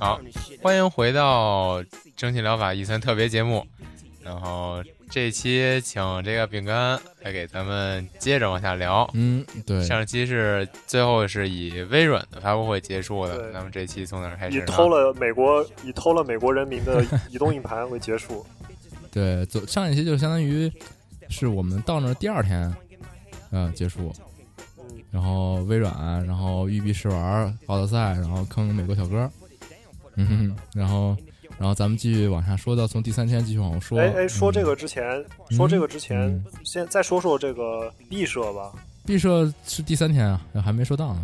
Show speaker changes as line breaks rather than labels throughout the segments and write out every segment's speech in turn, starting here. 好，欢迎回到蒸汽疗法一村特别节目。然后这一期请这个饼干来给咱们接着往下聊。
嗯，对，
上期是最后是以微软的发布会结束的，
对
咱们这期从哪儿开始
以
呢？
偷了美国以偷了美国人民 的移动硬盘为结束。
对，走上一期就相当于是我们到那儿第二天，呃，结束。
嗯，
然后微软，然后育碧试玩、奥德赛，然后坑美国小哥，嗯哼，然后然后咱们继续往下说，到从第三天继续往后说。
哎哎，说这
嗯
个之前，说这个之前
嗯，
先再说说这个毕设吧。
毕设是第三天啊，还没说到呢。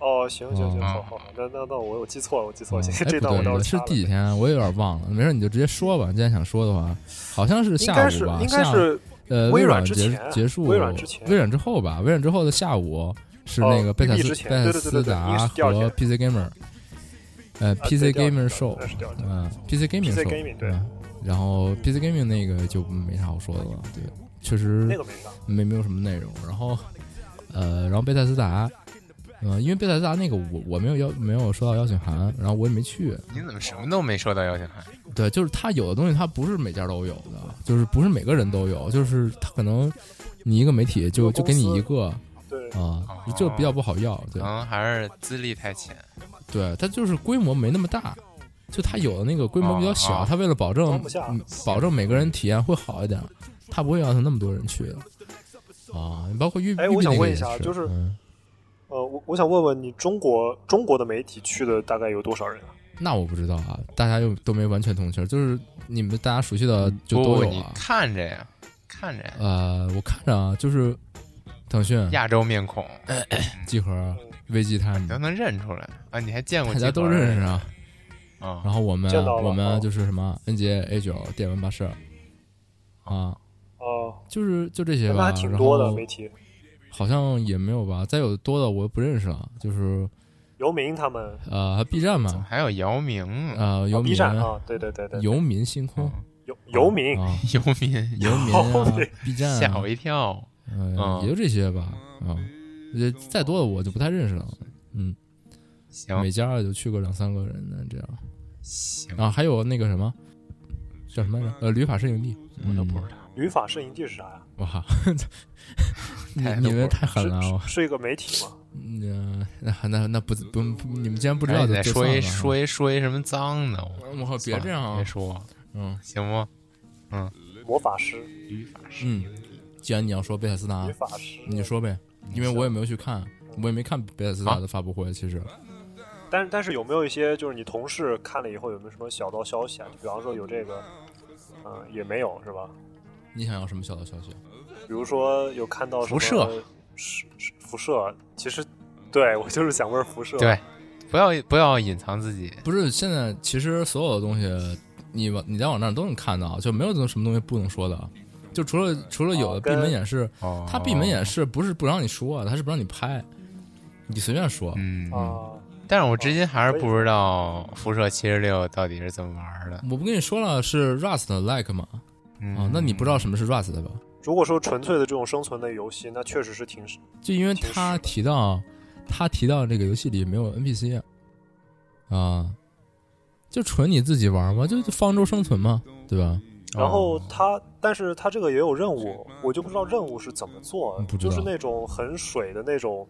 哦，行行行，
哦
好好，好那那那我我记错了，我记错了，行
嗯哎，
这段
不
我
对，
倒
是
查了
第几天啊？我有点忘了，没事，你就直接说吧。你既然想说的话，好像是
应
下
该
午
是
吧？
应该
下
是
呃，
微软
软
之
结
前
结束，
微软之前
微软之后吧，微软之后的下午是那个
哦
贝塔
BB
斯
之前对对
贝塔
对
斯
对对应该
达
是第二
和
天
PC Gamer，呃
啊
，PC
对第二
Gamer
天
Show，
那是第二天
嗯，PC Gaming
PC
Show，
Gaming，对
嗯然后 PC Gaming 那个就没啥好说的了，对，确实
那个没啥。
没没有什么内容。然后，呃，然后贝塞斯达，嗯、因为贝塞斯达那个我我没有邀没有收到邀请函，然后我也没去。
你怎么什么都没收到邀请函？
对，就是他有的东西他不是每家都有的，就是不是每个人都有，就是他可能你一个媒体
一
就
个
就
公
给你
司
一个
对，
哦
啊、就比较不好要。
可
对，
能啊还是资历太浅。
对，它就是规模没那么大。就它有的那个规模比较
啊
小，
啊
它为了保证
装不下
嗯保证每个人体验会好一点，它不会让那么多人去的啊。包括玉
哎
玉
我
碧
想
那个
问
也
一下就是
嗯
呃，我我想问问你，中国中国的媒体去的大概有多少人啊？
那我不知道啊，大家又都没完全同情，就是你们大家熟悉的就
不
都
不，
有
你
啊。
看着呀，看着呀，
呃，我看着啊，就是腾讯、
亚洲面孔，
集
嗯
合、微机他
你都
们，
能认出来啊！你还见过
大
几
家
个人？
都认识啊。
啊
然后我们
哎见到了
我们
哦
就是什么 N 杰 A 九、电玩巴士啊，
哦、
就是就这些
那
吧。
还挺多的
然后
媒体，
好像也没有吧，再有多的我不认识了，就是
游民他们，
呃 B 站嘛，
啊还有姚明，
呃游
啊
民
B 站啊，对对对对，嗯
游民星空
游游民，
啊，
姚明，
游 民啊
游民
B 站
吓
啊
我一跳。
嗯，
嗯
也就这些吧，啊，也再多的我就不太认识了。嗯，
行
每家也就去过两三个人的这样
行，
啊，还有那个什么叫什么来着？呃，旅法摄影地，
我都
嗯
不知道。
旅法摄影地啊是啥呀？
哇，你
太
你
多
们
了
太狠了啊！
是
我
是是一个媒体吗？
嗯，那那那不不，你们既然不
不
知道就
再
就
哎说
算
一
了啊
说一说一什么脏的，我
我靠，别
算了
这样啊
别！说，
嗯
行不？
魔法师，
语法是
嗯，既然你要说贝塔斯达
女，法师，
啊你说呗，因为我也没有去看，我也没看贝塔斯
啊
达的发布会，其实。
但但是有没有一些就是你同事看了以后有没有什么小道消息啊？比方说有这个，嗯、也没有是吧？
你想要什么小道消息？
比如说有看到什么
辐射
是，是辐射，其实对我就是想问辐射，啊
对，不要不要隐藏自己，
不是，现在其实所有的东西，你往你在网站都能看到，就没有什么东西不能说的，就除了除了有的
哦
闭
跟
门演示，
嗯哦，
它闭门演示不是不让你说，它是不让你拍，你随便说。
嗯，
啊，
但是我至今还是不知道辐射七十六到底是怎么玩的。
我不跟你说了，是 Rust like 嘛，
嗯
啊，那你不知道什么是 Rust 吧？
如果说纯粹的这种生存类游戏，那确实是挺
就因为他提到他提到这个游戏里没有 NPC 啊，就纯你自己玩嘛，就就方舟生存嘛，对吧？
然后
哦
它，但是它这个也有任务，我就不知道任务是怎么做
嗯，不知
就
道
是那种很水的那种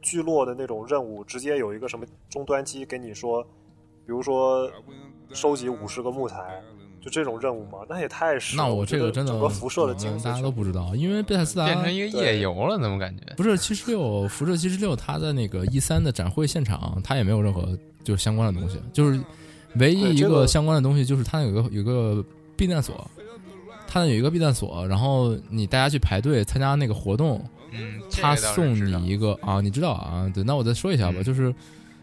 聚落的那种任务，直接有一个什么终端机给你说，比如说收集五十个木材，就这种任务嘛，那也太水了。
那我这个
觉得
真的
整个辐射的精
嗯
髓
大家
全
都不知道，因为贝塞斯达
嗯变成一个夜游了，怎么感觉？
不是七十六辐射七十六，它在那个一三的展会现场，它也没有任何就是相关的东西，就是唯一
对
一
哎这
个
个
相关的东西就是它有个有个避难所，它有一个避难所，然后你大家去排队参加那个活动，
嗯，这个
他
倒是
送
知道
你一个啊，你知道啊？对，那我再说一下吧，
嗯
就是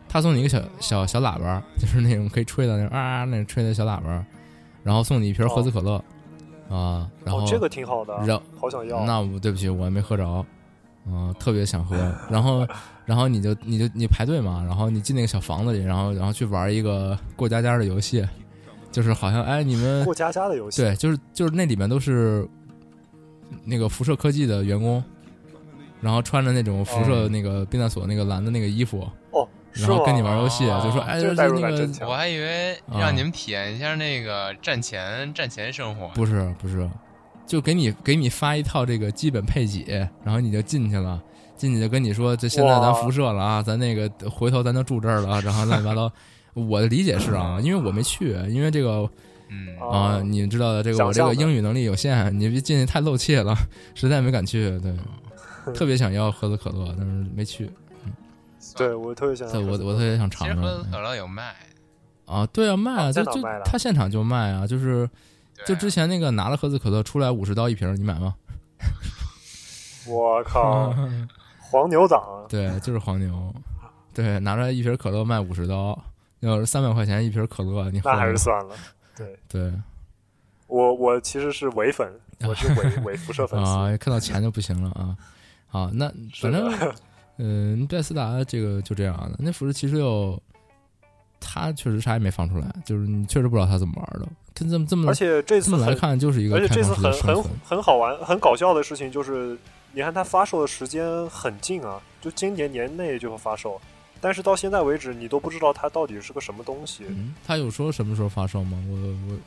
他送你一个小小小喇叭，就是那种可以吹的那种啊，那种吹的小喇叭，然后送你一瓶盒子可乐、啊，然后、
哦，这个挺好的，
然
好想要。
那我对不起，我还没喝着，嗯、特别想喝。然后，然后你就你就你排队嘛，然后你进那个小房子里，然后然后去玩一个过家家的游戏，就是好像哎你们
过家家的游戏，
对，就是就是那里面都是那个辐射科技的员工，然后穿着那种辐射那个避难所那个蓝的那个衣服，
哦，是
然后
吗？
跟你玩游戏，
哦
就说哎，
这
就
个
是
代入
那
感真
个啊
强
我还以为让你们体验一下那个战前战前生活，
不是不是，就给你给你发一套这个基本配给，然后你就进去了。进去就跟你说，这现在咱
哇
辐射了啊，咱那个回头咱就住这儿了啊，然后乱七八糟。 我的理解是啊，因为我没去，因为这个
嗯，
哦
啊，你知道的，这个我
想
这
象
个
的
英语能力有限，你别进去太露怯了，实在没敢去。对，
嗯
特别想要喝的可乐，但是没去。
对我特别想要
对，
嗯
我
喝这个
我特别想
其
尝
实
尝
喝可乐有卖，
啊，对啊，卖啊，
啊
就
在哪
就
卖的
他现场就卖啊，就是就
对
之前那个拿了盒子可乐出来五十刀一瓶，你买吗？
我 靠，黄牛党，
对，就是黄牛，对，拿出来一瓶可乐卖五十刀，要是三百块钱一瓶可乐，你喝
那还
吗
是算了。对
对
我我其实是伪粉，我是 伪伪辐射粉丝。
啊，看到钱就不行了啊。好，那
是
反
的
正嗯，贝斯达这个就这样的。那辐射七十六，他确实啥也没放出来，就是你确实不知道他怎么玩的。跟这么这么
而且这
这
次
么来
很
看，就是一个
而且
开
这次
放式
很
的生
很
存。
很好玩、很搞笑的事情就是，你看它发售的时间很近啊，就今年年内就会发售，但是到现在为止，你都不知道它到底是个什么东西。
嗯，他有说什么时候发售吗？我我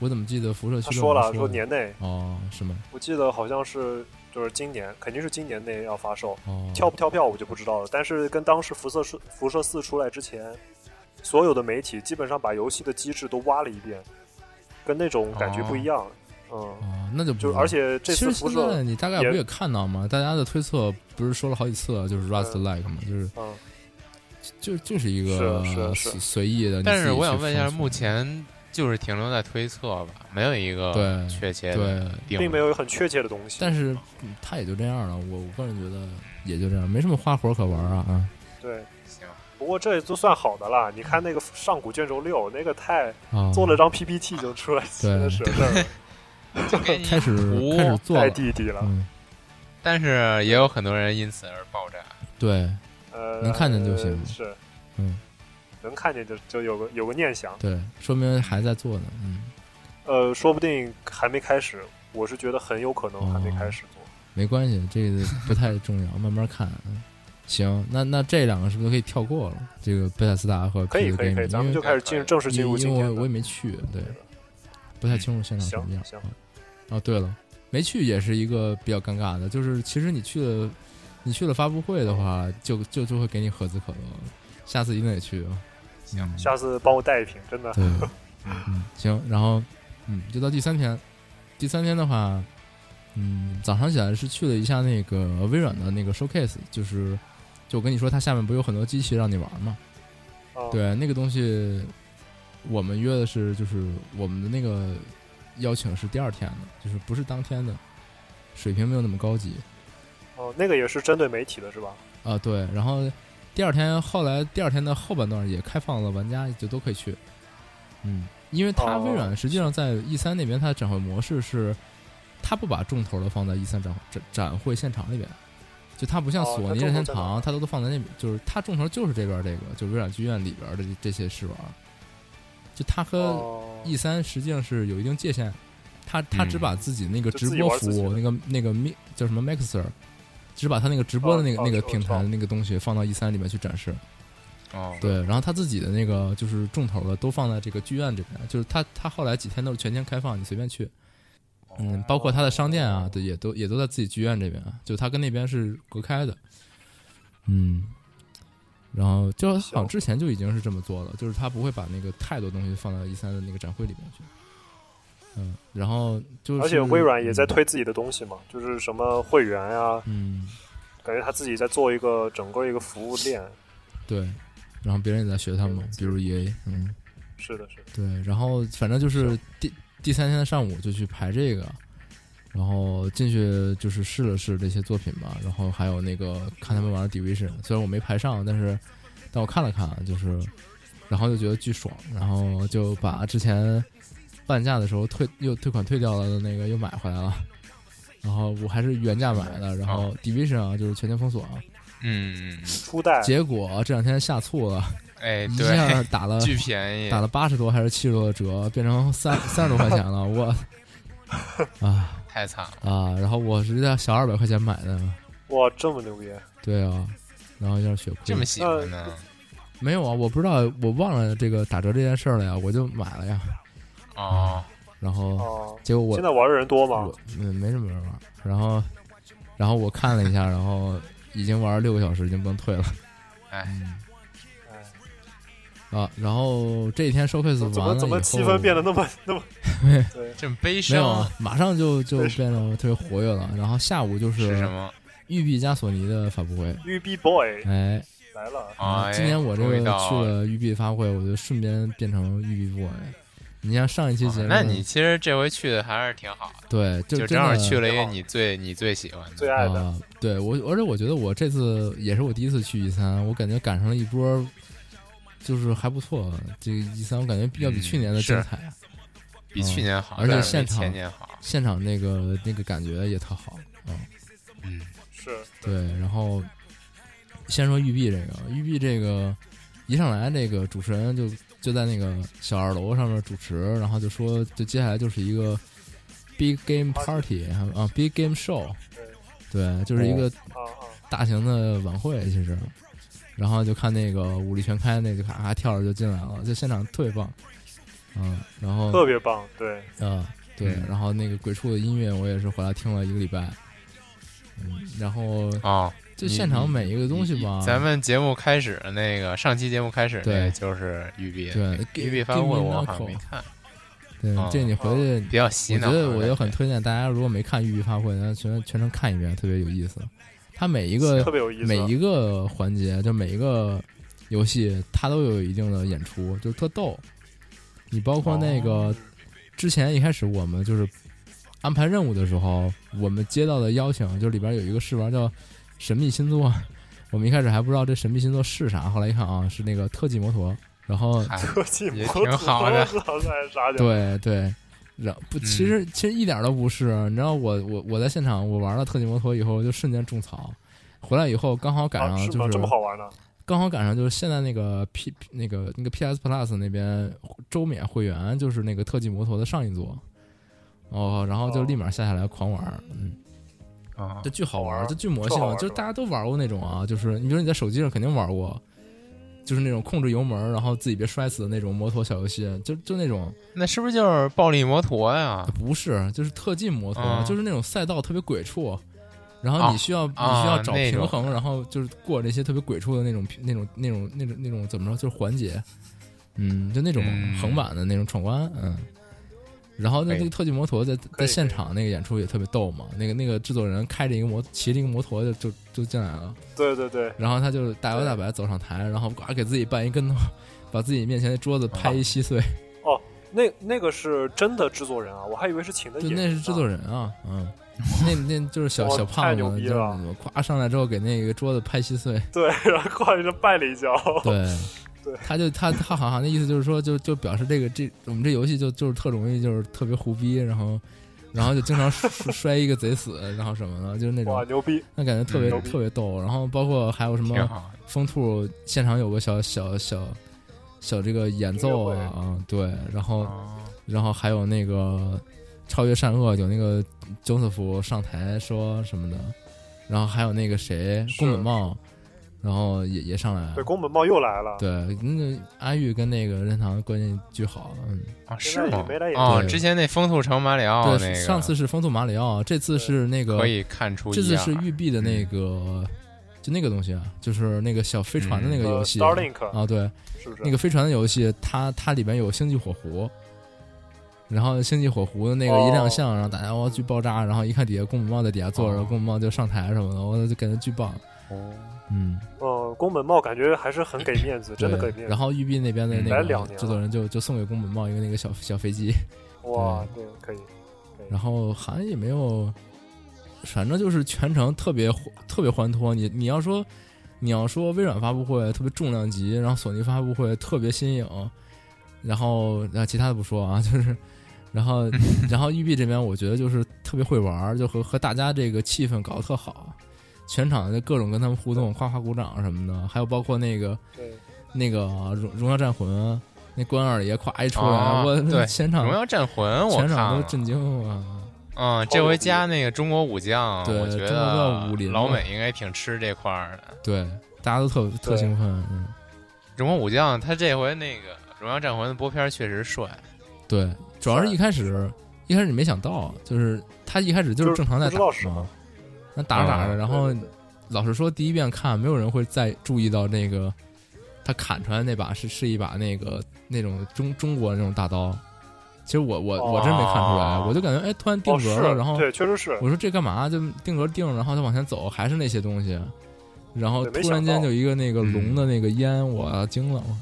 我怎么记得辐射
他
七六
说了，
说
说年内，
哦是吗？
我记得好像是就是今年，肯定是今年内要发售，
哦，
跳不跳票我就不知道了。但是跟当时辐射四辐射四出来之前，所有的媒体基本上把游戏的机制都挖了一遍，跟那种感觉不一样。嗯，
哦，那就不
就
知
是
道
而且这
其
次
实
辐
现
射
在你大概
也
不也看到吗？大家的推测不是说了好几次了，啊就是 Rust like 嘛，就是
嗯
就就是一个
是是是
随随意的。你
但是
自己
我想
去
问一下，
封锁
目前就是停留在推测吧，没有一个
对
确切的
对，
定
并没
论。
有很确切的东西。
但是嗯他也就这样了。我我个人觉得也就这样，没什么花活可玩啊
对，
行，
不过这都算好的啦。你看那个《上古卷轴六》，那个太
啊啊！
做了张 PPT 就出来
对
真的是事儿，
就 给你
开始
图
开始 做
太
了，
弟弟了。
嗯，
但是也有很多人因此而爆炸。
对
呃，
嗯能看见就行
是，
嗯，
能看见就就有个有个念想，
对，说明还在做呢，嗯，
呃，说不定还没开始。我是觉得很有可能还
哦
没开始做。
没关系，这个不太重要，慢慢看。嗯行，那那这两个是不是就可以跳过了？这个贝塔斯达和
可以
P
可以
Game，
可以，咱们
因为
就开始进正式进入今
因为
天
我我
的。嗯
也没去，对，不太清楚现场什么样。
行
啊哦，对了，没去也是一个比较尴尬的，就是其实你去了，你去了发布会的话，就就就会给你盒子可乐，下次一定得去啊。行，
下次帮我带一瓶，真的。
对，嗯，行，然后嗯，就到第三天，第三天的话，嗯，早上起来是去了一下那个微软的那个 showcase，就是就我跟你说，它下面不是有很多机器让你玩嘛？
啊，
对，那个东西我们约的是，就是我们的那个邀请是第二天的，就是不是当天的，水平没有那么高级
哦，那个也是针对媒体的是吧？
啊。对，然后第二天后来第二天的后半段也开放了，玩家就都可以去。嗯，因为它
哦
微软实际上在 E 三那边它的展会模式是，它不把重头的放在 E 三展展展会现场里边。就它不像
哦
索
它
尼
重
任
头
天
在哪
堂，它都都放在那边，就是它重头就是这边这个，就微软剧院里边的这这些试玩。就它和
哦，
E 三实际上是有一定界限，他他只
嗯
把自己那个
就
直
自己
播
玩
服
自己
务
的
那个那个 Mi 叫什么 Mixer，只把他那个直播的那个、
哦哦
那
知
个
道
平台
知
的
道
那个东西放到 E 三里面去展示。
哦，
对，然后他自己的那个就是重头的都放在这个剧院这边，就是他他后来几天都是全天开放，你随便去。嗯，包括他的商店啊，对，也都也都在自己剧院这边，啊就他跟那边是隔开的。嗯，然后就好像
行
之前就已经是这么做了，就是他不会把那个太多东西放到 E 三的那个展会里面去。嗯，然后就是
而且微软也在，推自己的东西嘛，就是什么会员呀、
嗯，
感觉他自己在做一个整个一个服务链。
对，然后别人也在学他们，比如 EA，嗯。
是的，是的，
对，然后反正就是第第三天的上午就去排这个，然后进去就是试了试这些作品吧，然后还有那个看他们玩的 Division，虽然我没排上，但是但我看了看，就是然后就觉得巨爽，然后就把之前半价的时候退又退款退掉了的那个又买回来了，然后我还是原价买的，然
哦
后 Division 啊就是全球封锁啊，
嗯，嗯嗯
初代
结果这两天下促了，
哎，
一下
对，
打了
巨便宜，
打了八十多还是七十多的折，变成三三十多块钱了， 我啊
太惨了，
啊！然后我是在小二百块钱买的，
哇，这么牛逼！
对啊，然后有点血亏。
这么喜欢呢？
没有啊？我不知道，我忘了这个打折这件事儿了呀，我就买了呀。
哦，
然后
哦、
结果我
现在玩的人多吗
我？嗯没什么人玩，然后然后我看了一下，然后已经玩了六个小时，已经不能退了嗯
哎，
哎
啊。然后这一天 showcase
怎
完
么
了以后，
怎么气氛变得那么那么？ 对，
这么悲
没有
伤
啊，马上就就变得特别活跃了。然后下午就是
什么？
育碧加索尼的发布会，
育碧 boy
哎，
来了，
哎，
今年我这
终
个
于到
去了育碧发布会，我就瞬间变成育碧 boy。你像上一期节目，
哦那你其实这回去的还是挺好的，
对就
就
真
正好
的
去了一个你最你最喜欢
最
的，
爱的，
啊，对我，而且我觉得我这次也是我第一次去 E 三，我感觉赶上了一波，就是还不错。这个 E 三我感觉比要比
嗯
去年的精
是
彩，
比去年好，
而且
但是
现
比
场
前年好，
现场那个那个感觉也特好。嗯，
嗯，
是
对，然后先说育碧这个，育碧这个一上来这个主持人就就在那个小二楼上面主持，然后就说，就接下来就是一个 big game party 啊，big game show，对，就是一个
啊啊，
大型的晚会其实。然后就看那个武力全开，那就咔咔跳着就进来了，就现场特别棒，嗯，然后
特别棒，对，
啊，对，
嗯
然后那个鬼畜的音乐我也是回来听了一个礼拜，嗯，然后
哦，
就
你
现场每一个东西吧，
咱们节目开始的那个上期节目开始那
对
个就是育碧，
对
育碧
Give-
发
Give
布会
me
我好
knuckle
像没看，
对，
啊
这你回去，
比较洗
我
脑
觉
啊。
得我就很
感觉
推荐大家，如果没看育碧发布会，那全全程看一遍，特别有意思。它每一个
特别有意思。
啊
每一个环节，就每一个游戏，它都有一定的演出，就是特逗。你包括那个、
哦
嗯
之前一开始我们就是安排任务的时候，我们接到的邀请，就是里边有一个试玩叫《神秘星座》，我们一开始还不知道这神秘星座是啥，后来一看啊，是那个特技摩托，然 后
嗨
科技
也
摩
挺 好的
托老在啥点？
对对，然不，其实其实一点都不是。你知道我我我在现场我玩了特技摩托以后，我就瞬间种草。回来以后刚好赶
啊，
上
是
就
吗？
是
这么好玩呢？
刚好赶上就是现在那个 P 那个那个 PS Plus 那边周免会员就是那个特技摩托的上一座。哦，然后就
哦
立马下下来狂玩儿，嗯，
啊
就，巨好玩
好玩
儿，
儿
就巨魔
特
性啊
好玩，儿
就是
吧
大家都玩过那种啊，就是你比如你在手机上肯定玩过，就是那种控制油门儿然后自己别摔死的那种摩托小游戏，就就那种，
那是不是就是暴力摩托呀？
不是，就是特技摩托，
嗯
就是那种赛道特别鬼畜，然后
啊
你需要、你需要找平衡，然后就是过这些特别鬼畜的那种那种那种那种那种怎么说，就是环节，嗯，就那种
嗯
横版的那种闯关，嗯。然后那
可以
那个特技摩托在
以
在现场那个演出也特别逗嘛，那个那个制作人开着一个摩骑着一个摩托就就就进来了，
对对对，
然后他就大摇大摆走上台，然后呱给自己绊一跟头，把自己面前的桌子
啊
拍一稀碎，
那那个是真的制作人啊，我还以为是请的
对，
演员
那
呢。
是制作人啊， 嗯，那那就是小
哇
小胖
太
子
牛
嘛，
逼
就是
了
夸上来之后给那个桌子拍稀碎，
对，然后跨一声拜了一跤。
对，
对
他就他他好像那意思就是说，就就表示这个这我们这游戏就就是特容易就是特别胡逼，然后然后就经常摔 摔一个贼死，然后什么的，就是那
哇，
种，
牛逼！
那感觉特别
嗯牛逼
特别逗。然后包括还有什么
挺好的，
风兔现场有个小小小小这个演奏啊，
音乐嗯
啊对，然后
哦
然后还有那个超越善恶，有那个纠瑟夫上台说什么的，然后还有那个谁
是
宫本茂，然后也也上来了
对，。宫本茂又来了，
对，那个阿玉跟那个任堂关系巨好，嗯，
啊，是吗
没来也？
哦，
对
之前那风兔城马里奥
对，
哦那个，
上次是风兔马里奥，这次是那个
可以看出
这
一
次
样啊嗯
是育碧的那个，就那个东西啊，就是那个小飞船的那个游戏、
嗯呃，Starlink
啊，对，
是不是？
那个飞船的游戏，它它里边有星际火狐，然后星际火狐的那个
哦
一亮相，然后大家哇巨爆炸，然后一看底下宫本茂在底下坐着，
哦
宫本茂就上台什么的，我就感觉巨棒，
哦
嗯，
嗯，宫本茂感觉还是很给面 子，真的给
对。
面子
然。后育碧那边的那
嗯来两
个
年
制作人就就送给宫本茂一个那个小小飞机，
哇，对，可以。
然后好像也没有，反正就是全程特别欢特别欢脱。你你要说你要说微软发布会特别重量级，然后索尼发布会特别新颖，然后然后其他的不说啊， 就是然后然后育碧这边我觉得就是特别会玩儿，就和和大家这个气氛搞得特好，全场就各种跟他们互动，夸夸鼓掌什么的，还有包括那个
对，
那个荣荣耀战魂。那关二爷夸一出来，
哦
我
对
全场
荣耀战魂我
全
看
场都
了，
震惊了。啊
嗯，这回加那个中国武将，
对
我觉
中国
得
叫武林
老
嘛
美应该挺吃这块儿的。
对，大家都特特
对
兴奋，嗯，
中国武将他这回那个《荣耀战魂》的播片儿确实帅，
对，主要是
是
一开始一开始你没想到，就是他一开始就
就是是
正常在
不知
打
道是
嘛，那打着打着，
嗯
然后老实说，第一遍看没有人会再注意到那个他砍出来那把是是一把那个那种中中国那种大刀，其实我我我真没看出来，
哦
我就感觉哎突然定
哦，
格了，
是，
然后嗯
对，确实是，
我说这干嘛？就定格定，然后再往前走，还是那些东西。然后
对没
突
想
然间
到嗯
就一个那个龙的那个烟，我惊了，我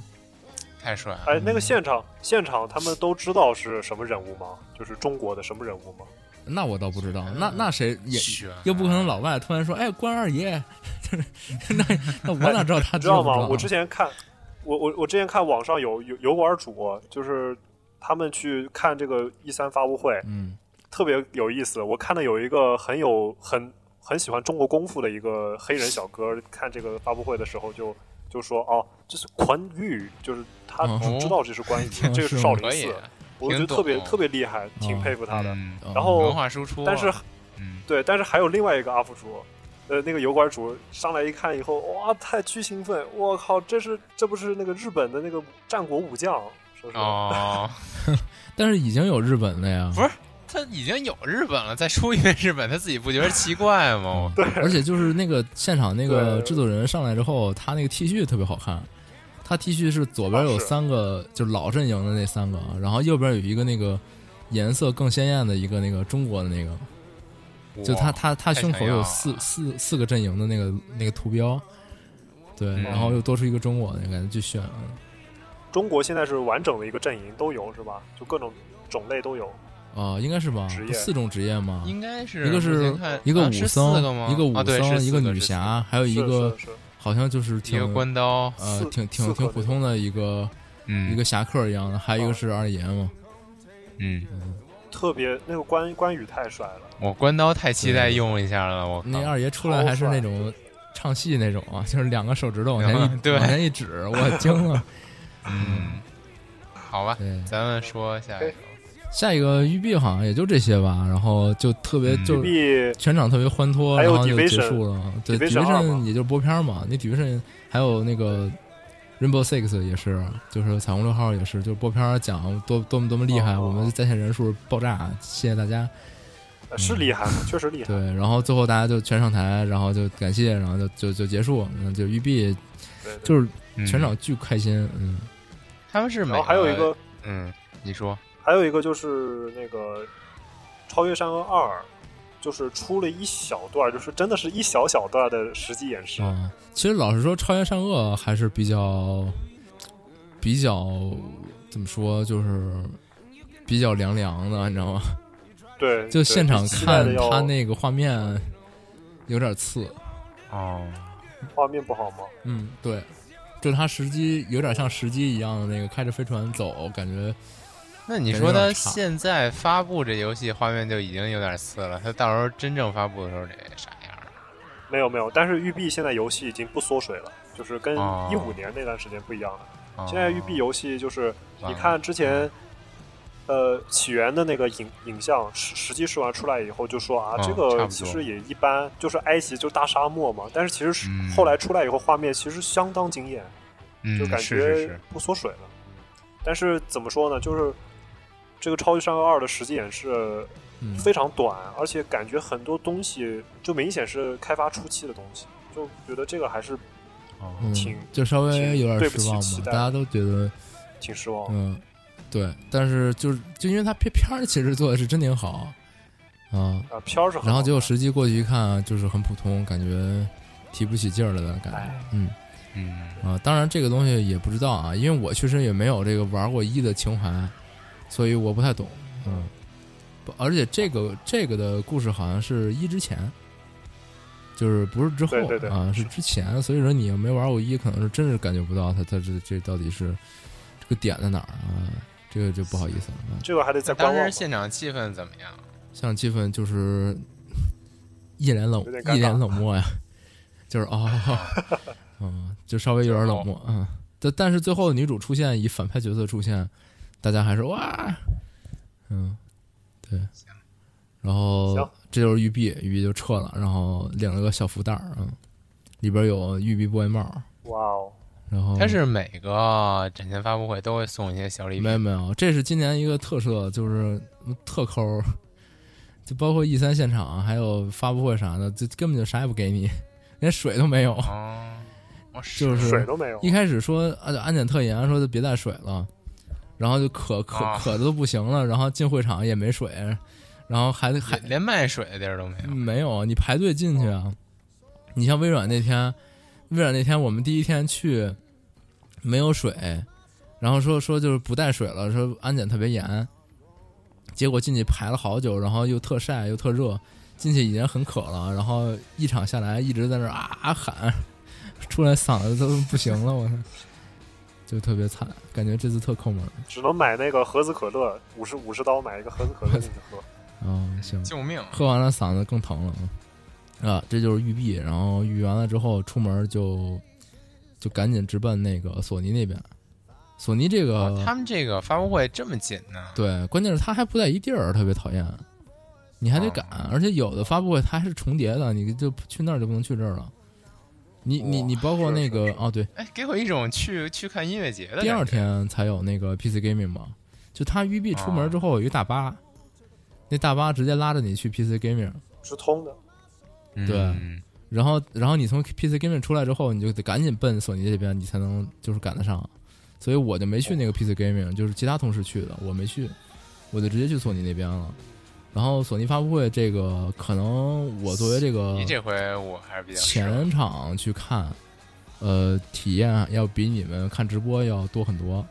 太帅了。
哎，那个现场现场他们都知道是什么人物吗？就是中国的什么人物吗？
那我倒不知道，那那谁也
悬
又不可能老外突然说，哎，关二爷， 那那我哪知道啊他
你知道
不
吗？我之前看，我我我之前看网上有有油管主，就是他们去看这个一三发布会，
嗯
特别有意思。我看到有一个很有很很喜欢中国功夫的一个黑人小哥，看这个发布会的时候就就说：“哦，这是关羽，就是他
哦
只知道这是关羽，
是吗
这个是少林
可以
寺。”我觉得
挺
特别
懂
特别厉害，挺佩服他的。
嗯
哦
然后
文化输出啊，
但是
嗯，
对，但是还有另外一个 UP 主，呃，那个油管主上来一看以后，哇，太巨兴奋！我靠，这是这不是那个日本的那个战国武将，说是、
哦，
但是已经有日本了呀，
不是 他已经有日本了，再出一遍日本，他自己不觉得奇怪吗？
对，而且就是那个现场那个
对
制作人上来之后，他那个 T 恤特别好看，他 T 恤是左边
啊
有
是
三个，就是老阵营的那三个，啊然后右边有一个那个颜色更鲜艳的一个那个中国的那个，就他
哇
他他
太
胸
想
口
要
有
了
四四四个阵营的那个那个图标，对，
嗯
然后又多出一个中国的，感觉巨炫了。
中国现在是完整的一个阵营都有是吧？就各种种类都有。
啊，应该是吧？
职业
不四种职业吗？
应该是
一个是
目前看
一个
啊
武
是
僧
四个吗，
一个武
啊对
僧，
是
一个
四
女
是四
侠，还有一
是
个
是是
好像就是
一
挺
个关刀，
呃
四
挺挺
四
挺
个
普通的一个
嗯
一个侠客一样的，还有一个是二爷嘛。
嗯，
特别那个关关羽太帅了，
我关刀太期待
对
用一下了，我
嗯
那
靠
嗯
啊
二爷出来还是那种唱戏那种啊，就是两个手指头往前一
对
往前一指，我惊 了。
嗯，好吧，
对，哎
咱们说下一首，
下一个育碧好像也就这些吧，然后就特别
嗯
就
必
全场特别欢脱，
还
然
有
后就结
Division
束了。对
Division 二嘛
也就是播片儿嘛，那 Division 还有那个 Rainbow Six 也是，就是彩虹六号也是，就是播片儿讲多多么多么厉害，
哦
我们在线人数爆炸，谢谢大家。
呃是厉害，确实厉害
对。，然后最后大家就全上台，然后就感谢，然后就就就结束，那就育碧
对对
就是
嗯
全场巨开心，嗯，
他们是
然
每
后还有一个
嗯，你说
还有一个就是那个《超越山河二》，就是出了一小段，就是真的是一小小段的实际演示。
啊，其实老实说，超越善恶还是比较比较怎么说，就是比较凉凉的，你知道吗？
对，
就
对
现场
期待
看
的要
他那个画面有点次，
哦，
画面不好吗？
嗯，对，就他时机有点像时机一样的那个开着飞船走，感觉
那你
感觉
说
有点
他
差
现在发布这游戏画面就已经有点次了，他到时候真正发布的时候得啥样儿？
没有没有，但是育碧现在游戏已经不缩水了，就是跟
哦
一五年那段时间不一样了。
哦
现在育碧游戏就是，
完嗯
你
了
看之前呃起源的那个影影像实实际试玩出来以后，就说啊，
嗯
这
差
个
不
其
多
实也一般，就是埃及就大沙漠嘛。但是其实是
嗯
后来出来以后，画面其实相当惊艳，
嗯
就感
是是
觉
是，
不缩水了。但是怎么说呢，就是这个《超级山河二》的实际演示
嗯，
非常短，而且感觉很多东西就明显是开发初期的东西，就觉得这个还是
哦
嗯
挺
就稍微
挺
有
对
点
不
失
起
望
期
吧，
待
大家都觉得
挺失望的。
嗯，对，但是就是就因为他片片儿其实做的是真挺好，啊，
啊，片儿是很
然后
好
结果
看
实际过去一看，就是很普通，感觉提不起劲儿来的感觉
哎，
嗯
嗯，
啊，当然这个东西也不知道啊，因为我确实也没有这个玩过一的情怀，所以我不太懂，嗯，不而且这个这个的故事好像是一之前。就是不是之后
对对对
啊，是之前，所以说你要没玩过一，可能是真是感觉不到它它这这到底是这个点在哪儿啊？这个就不好意思了。嗯
这个还得再观
当
望
时
吧。
现场气氛怎么样？
像气氛就是一脸冷
有点尴尬
一脸冷漠呀，就是哦，嗯，就稍微有点冷漠，嗯，但但是最后女主出现，以反派角色出现，大家还是哇，嗯，对，然后
行
这就是玉璧，玉璧就撤了，然后领了个小福袋儿，嗯，里边有玉璧不外帽，
哇哦，
然后
它是每个展前发布会都会送一些小礼
没有
品，
没有，这是今年一个特色，就是特抠儿，就包括 E 三现场还有发布会啥的，就根本就啥也不给你，连水都没有。
哦，哦
就是
水都没有
一，开始说啊安检特严，说就别带水了，然后就渴渴
啊
渴的都不行了，然后进会场也没水，然后还得还
连连卖水的地儿都没有，
嗯没有，你排队进去啊。你像微软那天，微软那天我们第一天去没有水，然后说说就是不带水了，说安检特别严，结果进去排了好久，然后又特晒又特热，进去已经很渴了，然后一场下来一直在那儿啊啊喊， 出来嗓子都不行了，我操，就特别惨，感觉这次特抠门儿。
只能买那个盒子可乐，五十五十刀买一个盒子可乐进去喝。
嗯，行，
救命！啊
喝完了嗓子更疼了啊！啊，这就是玉璧，然后玉完了之后出门就就赶紧直奔那个索尼那边。索尼这个、
哦他们这个发布会这么紧呢？
对，关键是他还不在一地儿，特别讨厌。你还得赶，
哦
而且有的发布会它还是重叠的，你就去那儿就不能去这儿了。你你你包括那个哦，对，
哎，给我一种去去看音乐节的感觉
第二，天才有那个 PC Gaming 嘛，就他玉璧出
哦
门之后有一个大巴，那大巴直接拉着你去 PC Gaming，
直通 的，
嗯
对然后，然后你从 PC Gaming 出来之后，你就得赶紧奔索尼这边，你才能就是赶得上。所以我就没去那个 PC Gaming，就是其他同事去的，我没去，我就直接去索尼那边了。然后索尼发布会这个，可能我作为这个
你这回我还是比较失望
前场去看，呃，体验要比你们看直播要多很多。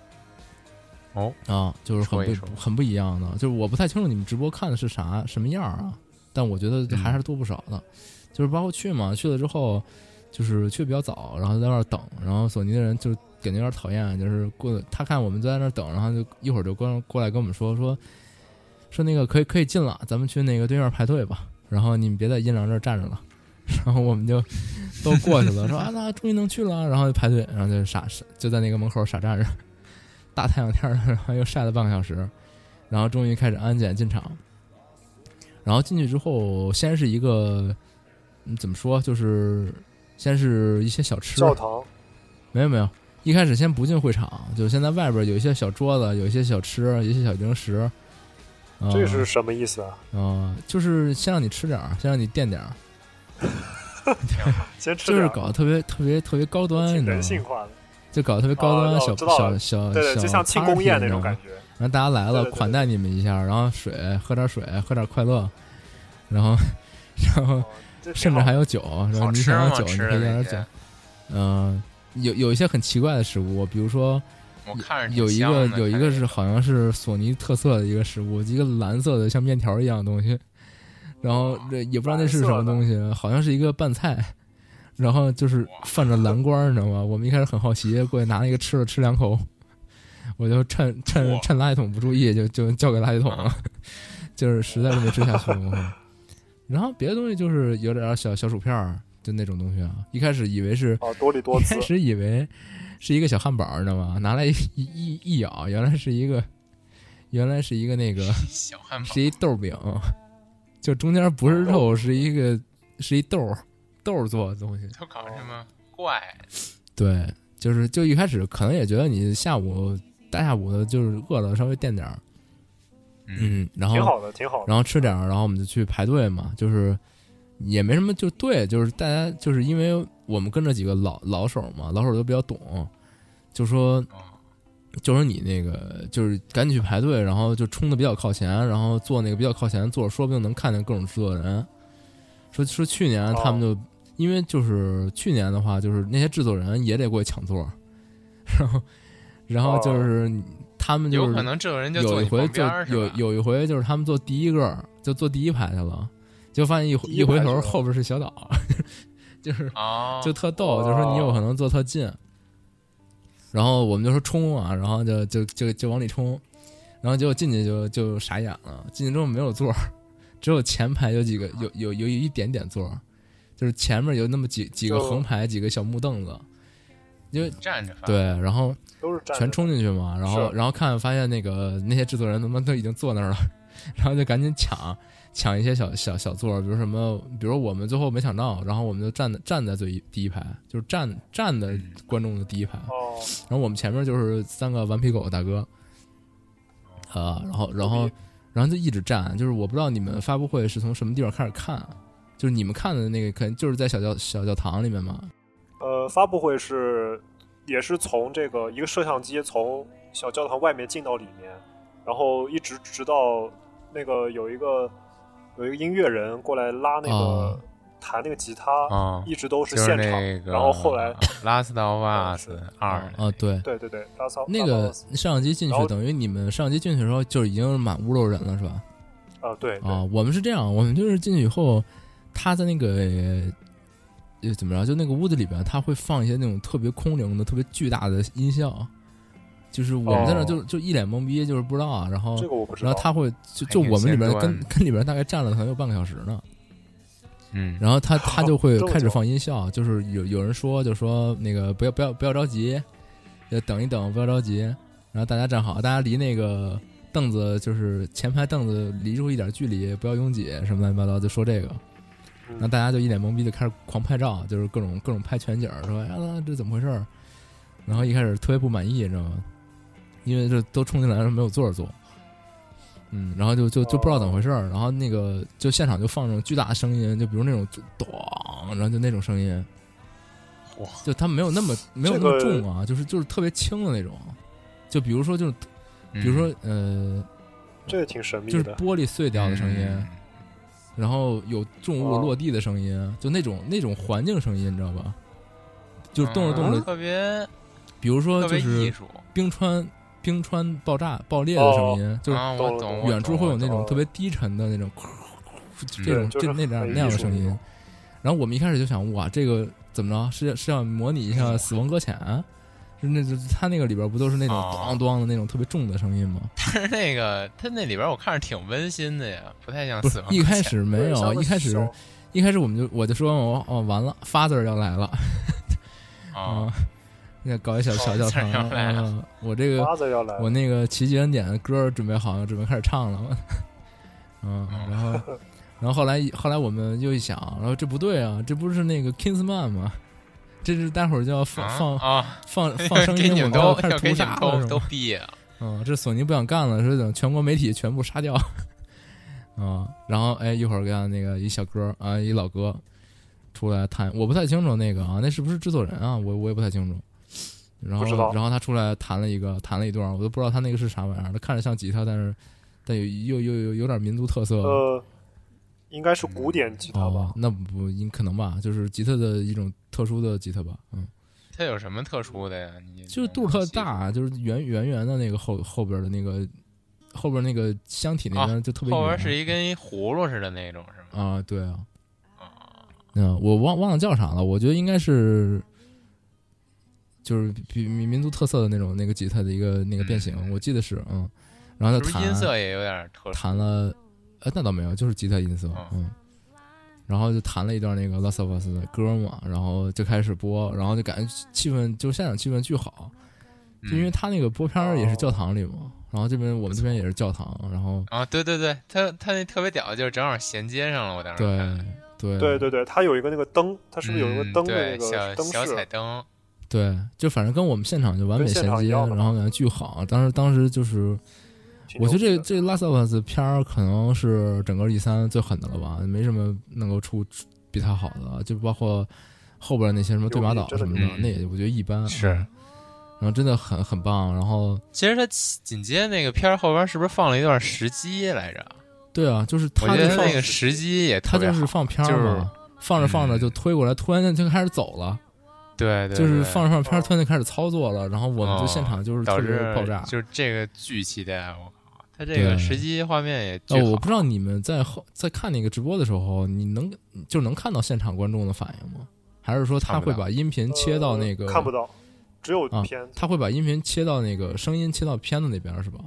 哦，
啊，就是很
说
不
一说
很不一样的，就是我不太清楚你们直播看的是啥什么样儿啊，但我觉得还是多不少的。就是包括去嘛，去了之后，就是去得比较早，然后在那儿等，然后索尼的人就感觉有点讨厌，就是过他看我们都在那儿等，然后就一会儿就过过来跟我们说说说那个可以可以进了，咱们去那个对面排队吧，然后你们别在阴凉这儿站着了。然后我们就都过去了，说啊，那终于能去了，然后就排队，然后就傻傻就在那个门口傻站着，大太阳天儿的，然后又晒了半个小时，然后终于开始安检进场。然后进去之后，先是一个，嗯，怎么说，就是先是一些小吃，
教堂
没有没有，一开始先不进会场，就先在外边有一些小桌子，有一些小吃，有一些小零食。啊
这是什么意思啊？
啊、就是先让你吃点儿，先让你垫点儿，
先吃
就是
点
搞得特别特别特别高端，你
挺
知道
人
吗？
性化的，
就搞得特别高端，
哦
小
知道
小
了
小
对对，
小
就像庆功
party
宴那种
你知道吗
感觉。
然后大家来
对
了，
对对对
款待你们一下，然后水喝点水，喝点快乐，然后然后
哦这挺
甚至
好
还有酒，然后
好
你
吃
想要
吗？
酒，你
吃
可
的
以要
那
点酒
些。，
嗯、有有一些很奇怪的食物，比如说
我看着挺
有一
香
个
的
有一
看
个
着
是好像是索尼特色的一个食物，一个蓝色的像面条一样的东西，然后这也不知道那是什么东西，好像是一个拌菜，然后就是泛着蓝光儿，你知道吗？我们一开始很好奇，过去拿那个吃了吃两口，我就趁趁
哇嗯
趁垃圾桶不注意就就交给垃圾桶了， 就是实在是没吃下去。我靠 然后别的东西就是有点儿小小薯片儿，就那种东西啊，一开始以为是
哦，多利多
一
姿
开始以为是一个小汉堡，你知道吗？拿来一一一咬，原来是一个原来是一个那个
小汉堡
是一豆饼，就中间不是肉，是一个是一豆儿豆儿做的东西。
都搞什么怪？
对，就是就一开始可能也觉得你下午大下午的，就是饿了稍微垫点儿，嗯，然后
挺好的，挺好的。
然后吃点儿，然后我们就去排队嘛，就是也没什么，就对，就是大家就是因为我们跟着几个老老手嘛，老手都比较懂，就说就说你那个就是赶紧去排队，然后就冲的比较靠前，然后坐那个比较靠前的座，说不定能看见各种制作人。说说去年啊
哦
他们就、因为就是去年的话，就是那些制作人也得过去抢座， 然后然后就是、他们就
哦有
是
可能这种人就
有
坐
一
你
回
旁
就
边儿是吧
有有一回就是他们坐第一个，就坐第一排去了，就发现一回
第一排
回
是
头
吧
后边是小岛， 就是
哦，
就特逗，就说你有可能坐特近，然后我们就说冲啊，然后就就就就往里冲，然后结果进去就就傻眼了，进去之后没有座儿，只有前排有几个有有有一点点座儿，就是前面有那么几几个
就
横排几个小木凳
啊
子，因为
站着发
对，然后。
都是站着
全冲进去嘛，然后
是
然后看发现那个那些制作人他妈都已经坐那儿了，然后就赶紧抢抢一些小小小座儿，比如什么，比如我们最后没抢到，然后我们就站站在最第一排，就是站站在观众的第一排，
哦，
然后我们前面就是三个顽皮狗大哥，啊，然后然后然后就一直站，就是我不知道你们发布会是从什么地方开始看，啊就是你们看的那个可能就是在小教小教堂里面嘛，
呃，发布会是也是从这个一个摄像机从小教堂外面进到里面，然后一直直到那个有一个有一个音乐人过来拉那个、
哦
弹那个吉他，
哦
一直都是
就是
现场。
那个，
然后后来，嗯
Last of Us 二
啊、对，
对对对，拉萨
那
拉
个
萨
摄像机进
然
去，
后
等于你们摄像机进去的时候，就是已经满屋都是人了，是吧？
啊、对对
啊，我们是这样，我们就是进去以后，他在那个呃呃怎么着，就那个屋子里边，他会放一些那种特别空灵的、特别巨大的音效，就是我们在那
哦
就、就一脸懵逼，就是不知道啊。然后
这个我不知道。
然后他会就就
还挺
我们里边
先
跟
端
跟里边大概站了可能有半个小时呢。
嗯，
然后 他他就会
这么久
开始放音效，就是有有人说就说那个不要不要不要着急，要等一等，不要着急。然后大家站好，大家离那个凳子就是前排凳子离出一点距离，不要拥挤，什么乱七八糟，就说这个。然后大家就一脸懵逼，就开始狂拍照，就是各种各种拍全景儿，说哎呀这怎么回事儿？然后一开始特别不满意，你知道吗？因为这都冲进来了，没有座儿坐。嗯，然后就就就不知道怎么回事儿，然后那个就现场就放那种巨大的声音，就比如那种咚，然后就那种声音，
哇，
就它没有那么没有那么重啊，就是就是特别轻的那种，啊就比如说就是比
比
如说呃，
这个挺神秘
就是
的，
玻璃碎掉的声音，
嗯
然后有重物
哦
落地的声音，啊就那种那种环境声音，你知道吧？就是动着动着，
嗯特别
比如说
特
就
别艺
是
术，
冰川冰川爆炸爆裂的声音，就是
啊我懂，我
远处
懂
会有
我
那
懂
种
哦
特别低沉的那种，这
对
种
就是
就那样
很
那样
艺
的
术
声
那
音
种。
然后我们一开始就想，哇，这个怎么着？是是要模拟一
哎
下《死亡搁浅》？就那就他那个里边不都是那种
哦
咣咣的那种特别重的声音吗？
但是那个他那里边我看着挺温馨的呀，不太像
不
死
是，
亡
一
搁
开
浅
始没
对
有，
像个
一开始
小
一开始我们就我就说哦哦完了，father 要来了
啊
啊，，那搞一小小教
Father 要
堂
来了
啊，我这个
八子要来，
我那个奇迹恩典的歌儿准备好了，准备开始唱了，嗯，然后然后后来后来我们又一想，然后这不对啊，这不是那个 Kingsman 吗？这是待会儿就要放
啊
放
啊，
放 放声
给
音，
你
我
们
们要
都
开
要
始
给
屠
你们
杀
都
了，是
都
吗？
毕业了，
嗯，这索尼不想干了，说等全国媒体全部杀掉。 啊、然后哎，一会儿让那个一小哥啊，一老哥出来谈，我不太清楚那个啊，那是不是制作人啊？我我也不太清楚。然后
不知道
然后他出来弹了一个，弹了一段，我都不知道他那个是啥玩意儿。他看着像吉他，但是但有又又又有点民族特色。
呃，应该是古典吉他吧
哦，？那不应可能吧？就是吉他的一种特殊的吉他吧，嗯，
他有什么特殊的呀？你
就是肚儿特，大，啊就是圆圆圆的那个后后边的那个后边那个箱体那边就特别圆、
啊后边是一根葫芦似的那种是吗？
啊，对啊，嗯，我忘忘了叫啥了，我觉得应该是就是比民民族特色的那种那个吉他的一个那个变形，我记得是嗯，然后
是
他
不
弹
是音色也有点特殊？
弹了，呃，那倒没有，就是吉他音色
啊，
嗯。然后就弹了一段那个《Last of Us》的歌嘛，然后就开始播，然
嗯
后
哦
嗯
就感觉气氛，就现场气氛巨好，就因为他那个播片儿也是教堂里嘛，然然后这边我们这边也是教堂，然后
啊，对对对，他他那特别屌，就是正好衔接上了。我当时
对
看
对
嗯对对对，它有一个那个灯，它是不是有一个
嗯
灯的那
对
个灯
小小
饰？啊
彩灯？
对，就反正跟我们现场就完美衔
跟现场一
接，
样的
然后感觉巨好。当时当时就是，
挺
我觉得这
有
个
趣的
这《Last of Us》片儿可能是整个 E 三最狠的了吧，没什么能够出出比它好的，就包括后边那些什么对马岛
真的
什么
牛逼
的，那也我觉得一般。
是
嗯，然后真的很很棒。然后
其实他紧接那个片儿后边是不是放了一段时机来着？
对啊，就是
我
他
觉
就
得
放
那个时机也
他
特别
就
好，
是放片儿嘛，放
嗯
着放着就推过来，突然间就开始走了，
对对，
就是
对哦
放着放着片儿突然就开始操作了，然后我们就现场就是
导
特
致
别爆炸。
就是这个巨期待，我靠，他这个
对
时机画面也巨
呃，
好。
我不知道你们在后在看那个直播的时候，你能就能看到现场观众的反应吗？还是说他
看不
会
到
把音频切到那个？
呃看不到，只有
啊
片子
他会把音频切到那个声音切到片子那边是吧？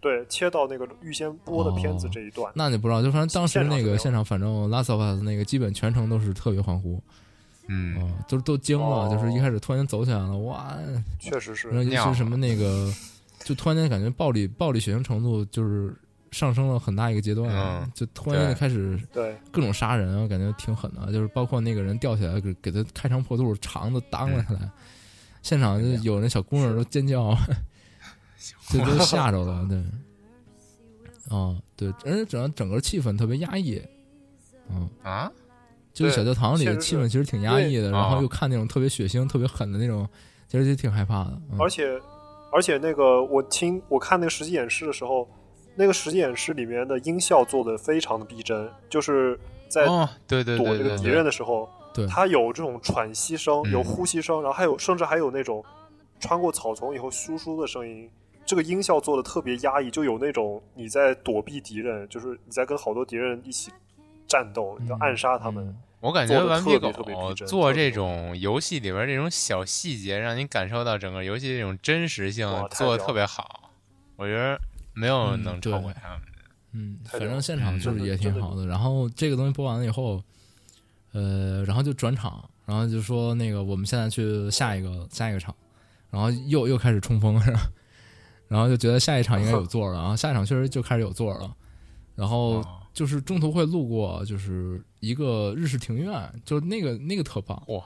对切到那个预先播的片子
哦
这一段。
那你不知道，就反正当时
现场
那
是没
个
有
现场，反正《Last of Us》那个基本全程都是特别欢呼，啊、
嗯，
都都惊了，
哦
就是一开始突然间走起来了，哇！
确实是
然后尤
尿
其是什么那个，就突然间感觉暴力暴力血腥程度就是上升了很大一个阶段，啊
嗯
就突然间
对
就开始
对，
各种杀人，啊我感觉挺狠的，就是包括那个人吊起来给给他开肠破肚，肠子当了下来，现场就有那小姑娘都尖 叫，这都吓着了，对，啊，对，而且整整个气氛特别压抑，嗯，
啊，
就是小教堂
确
里的
实
气氛其实挺压抑的，
对
然
啊
后又看那种特别血腥、特别狠的那种，其实就挺害怕的，嗯
而且而且那个我听我看那个实际演示的时候，那个实际演示里面的音效做的非常的逼真，就是在
哦，对对
躲
对
那个
对
敌
对
人，的时候，
对
它有这种喘息声，
嗯
有呼吸声，然后还有甚至还有那种穿过草丛以后簌簌的声音。这个音效做的特别压抑，就有那种你在躲避敌人，就是你在跟好多敌人一起战斗，你要暗杀他们。
嗯
我感觉
做得
顽
特
皮
别特别逼
狗
真
做
特别
这
逼
种游戏里边这种小细节，让你感受到整个游戏这种真实性
哇，太
做的
屌
特别好。我觉得没有
嗯
能
对
超过 他们的。
嗯，
太
反
屌
正
了
现场就
真
是
的
也
真
挺
的
好的。然后这个东西播完了以后，呃，然后就转场，然后就说那个我们现在去下一个下一个场，然后又又开始冲锋，然后 然后就觉得下一场应该有座了，然后下一场确实就开始有座了，然后
哦
就是中途会路过就是一个日式庭院，就那个那个特棒，
哇！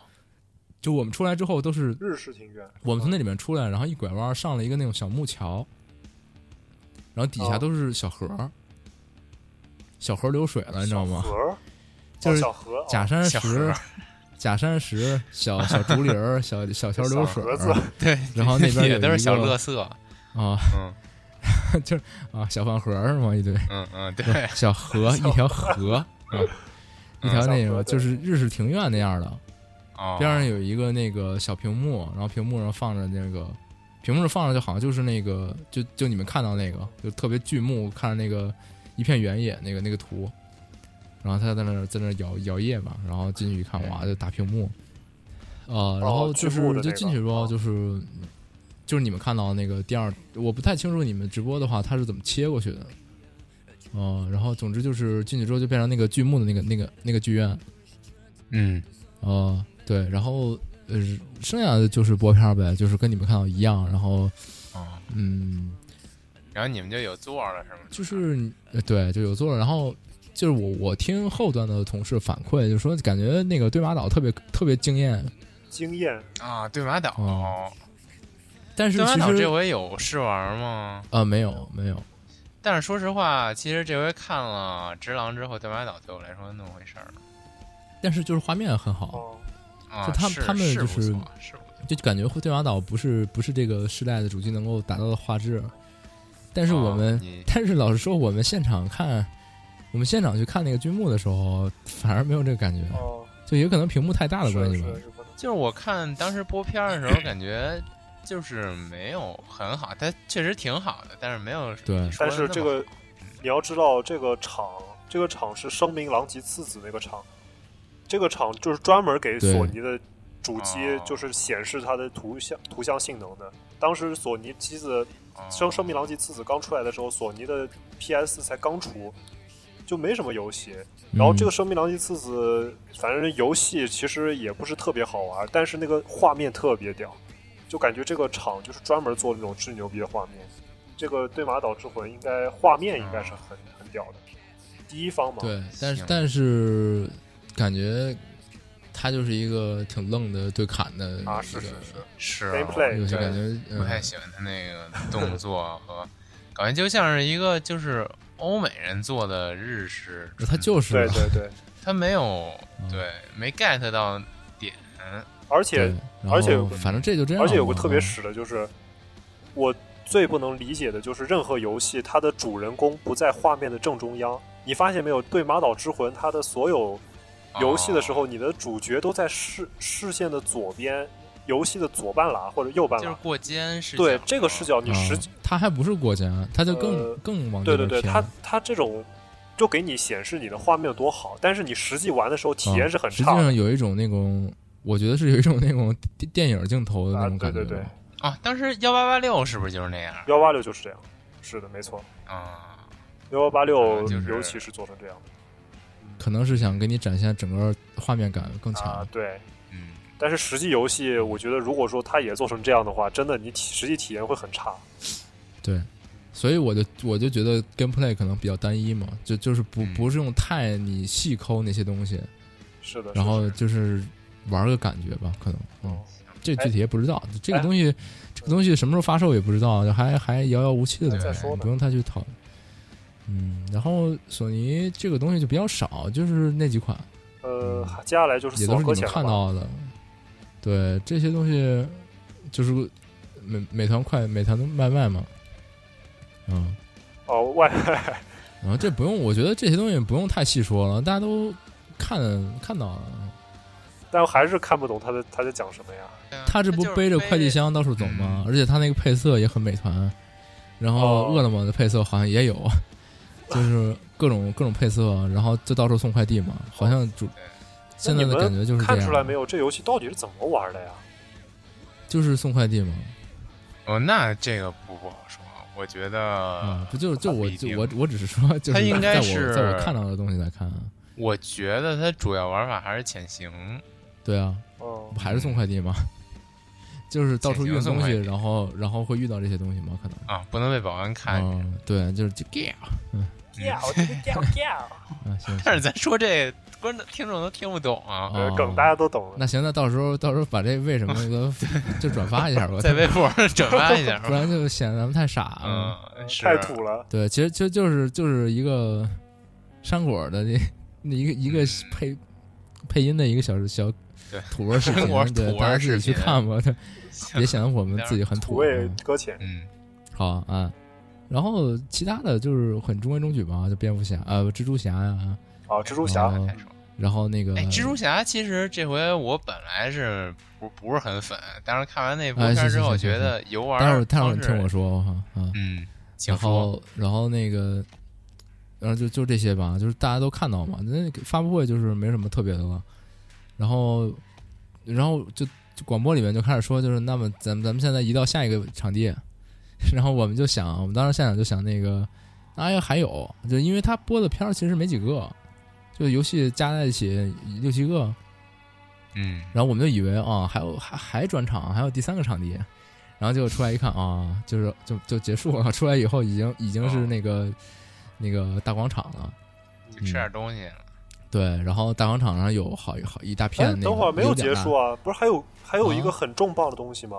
就我们出来之后都是
日式庭院，
我们从那里面出来，然后一拐弯上了一个那种小木桥，然后底下
哦
都是小河儿，小河流水了，你知道吗
小？河，
就是
哦小河，哦
假山
小河
石
儿、
假山石、小小竹林儿、小小桥流
小
水
河
儿，
子
对，
然后那边
也
有
都是
一
小
个
乐色。
啊
嗯
啊，小饭盒儿是吗？一堆
嗯嗯，对，
小河，一条河，啊，一
小河
条那
对
种就是日式庭院那样的，
哦，
边上有一个那个小屏幕，然后屏幕上放着那个，屏幕上放着就好像就是那个，就就你们看到那个，就特别巨幕，看着那个一片原野那个那个图，然后他在那儿在那儿摇摇叶嘛，然后进去一看，
哎
哇，就大屏幕，呃，然后就
巨
是、
哦幕的
就
那
进
个
去之后
哦
就是就是你们看到那个第二，我不太清楚你们直播的话它是怎么切过去的。哦、然后总之就是进去之后就变成那个剧幕的那个那个那个剧院，
嗯
哦，对，然后呃，剩下的就是播片儿呗，就是跟你们看到一样，然后
哦，
嗯，
然后你们就有座了是吗？
就是你呃对，就有座了，然后就是我我听后端的同事反馈，就说感觉那个对马岛特别特别惊艳，
经验，
啊，对马岛。
哦但是
对马
其
岛
实
这回有试玩吗？
呃没有没有，
但是说实话，其实这回看了《直狼》之后，对马岛对我来说那么回事儿。
但是就是画面很好，
哦，
啊，
就他
是
他们
是
就
不
是
错是不错
就感觉对马岛不是不是这个时代的主机能够达到的画质，但是我们、
啊你
但是老实说，我们现场看。我们现场去看那个剧目的时候，反而没有这个感觉，
哦，
就也可能屏幕太大的关
是
系吧。
是是不能
就是我看当时播片儿的时候，感觉就是没有很好，它确实挺好的，但是没有
对
你说
但
的
是
那
这
么
个你要知道，这个厂这个厂是声名狼藉次子那个厂，这个厂就是专门给
对
索尼的主机
哦
就是显示它的图像图像性能的。当时索尼机子
好
声声名狼藉次子刚出来的时候，索尼的 PS 才刚出，就没什么游戏。然后这
嗯
个《声名狼藉次子》，反正游戏其实也不是特别好玩，但是那个画面特别屌，就感觉这个厂就是专门做那种巨牛逼的画面。这个《对马岛之魂》应该画面应该是很很屌的，第一方嘛，
啊对，但是
行
但是感觉它就是一个挺愣的对砍的
啊，是
一
是
个
是
是啊
，gameplay
游戏，
对
感觉
我不太
嗯
喜欢他那个动作和，感觉就像是一个就是欧美人做的日式传统，
它就是
对
嘛
对对，
他没有
嗯
对没 get 到点，
而且
对，然
而且
后
有个
反正这就这样嘛，
而且有个特别
嗯
屎的就是，我最不能理解的就是任何游戏它的主人公不在画面的正中央。你发现没有，《对马岛之魂》它的所有游戏的时
哦
候，你的主角都在视视线的左边，游戏的左半栏或者右半
就是
栏。
过肩视角，
对这个视角，你实
啊
际、
它还不是国家，它就更、
呃
更往
对
这
对对，
边偏
它它这种就给你显示你的画面有多好，但是你实际玩的时候体
啊
验是很
实际
差的。
上有一种那种， 我觉得是有一种那种电电影镜头的那种
啊对
感觉。
对对
啊，当时幺八八六是不是就是那样
幺八六就是这样，是的，没错，
啊？
幺八八六
嗯就是
尤其是做成这样的、
可能是想给你展现整个画面感更强。
啊，对。
嗯，
但是实际游戏，我觉得如果说它也做成这样的话，真的你体实际体验会很差。
对，所以我就我就觉得 gameplay 可能比较单一嘛，就就是不、
嗯
不是用太你细抠那些东西，
是的，
然
是
后
的哦
就是玩个感觉吧，可能嗯。这具体也不知道，这
哎
个东西，这个东西什么时候发售也不知道，就还还遥遥无期的东
哎再
西
说，吧
你不用太去讨论。嗯，然后索尼这个东西就比较少，就是那几款，
呃，接下来就是
也
死
都
亡
是
搁
你
浅
们
了
看
吧
到的。对这些东西，就是美美团快美团的外卖嘛，嗯，
哦，外
然后啊这不用，我觉得这些东西不用太细说了，大家都看看到
啊
了。
但还是看不懂他在他在讲什么呀？
对啊
他这不
就是
背着快递箱到处走吗？而且他那个配色也很美团，然后
嗯哦
饿了么的配色好像也 有，就是各种各种配色，然后就到处送快递嘛，好
哦
像主现在的感觉就是这
看出来没
样，
有？这游戏到底是怎么玩的呀？
就是送快递嘛，
哦，那这个不不好说，我觉得
啊，不就就
不
我
一
就
定
我我只是说，就是
他应该
在
是
我在我看到的东西来看啊，
我觉得它主要玩法还是潜行，
对啊，
嗯
不还是送快递吗？ 就是到处运
送
东
快
西，
递
然后然后会遇到这些东西吗？可能。
啊，不能被保安看见。
嗯，对，就是就 g
，yeah，我就是掉 掉，
啊，行，行
但是咱说这观众听众都听不懂啊，
哦
呃梗大家都懂了。
那行，那到时候到时候把这为什么都就转发一下吧，
在微博上转发一下 吧。
不然就显得咱们太傻了。
嗯，是
太土了，
对，其实其实就是就是一个山果的那那一个一个
嗯
配配音的一个小小
对
土味视频
山果，
对，
土味
大家自己去
视频
看吧，对别显得我们自己很
土
土。
味
嗯
搁浅。
嗯，
好啊，然后其他的就是很中规中矩吧，就蝙蝠侠呃蜘蛛侠呀，
啊，蜘蛛侠
哦
太爽了。
然后那个
哎，蜘蛛侠其实这回我本来是不不是很粉，但是看完那部
哎
片儿
是
之
是
后，
是是
觉得游玩
待会儿待会儿
方
你
式
听我说哈啊。
嗯，请
然
说
后然后那个，然后就就这些吧，就是大家都看到嘛，那个发布会就是没什么特别的了。然后，然后就就广播里面就开始说，就是那么咱们咱们现在移到下一个场地，然后我们就想，我们当时现场就想那个，哎呀还有，就因为他播的片儿其实没几个，就游戏加在一起六七个，
嗯，
然后我们就以为啊，还有还还转场，还有第三个场地，然后结果出来一看啊，就是就就结束了。出来以后已经已经是那个、
哦
那个大广场了，
就吃点东西了。
对。然后大广场上有好好一大
哎
片、那，个。
等会儿没有
点
结
大
束啊？不是还有还有一个
啊
很重磅的东西吗？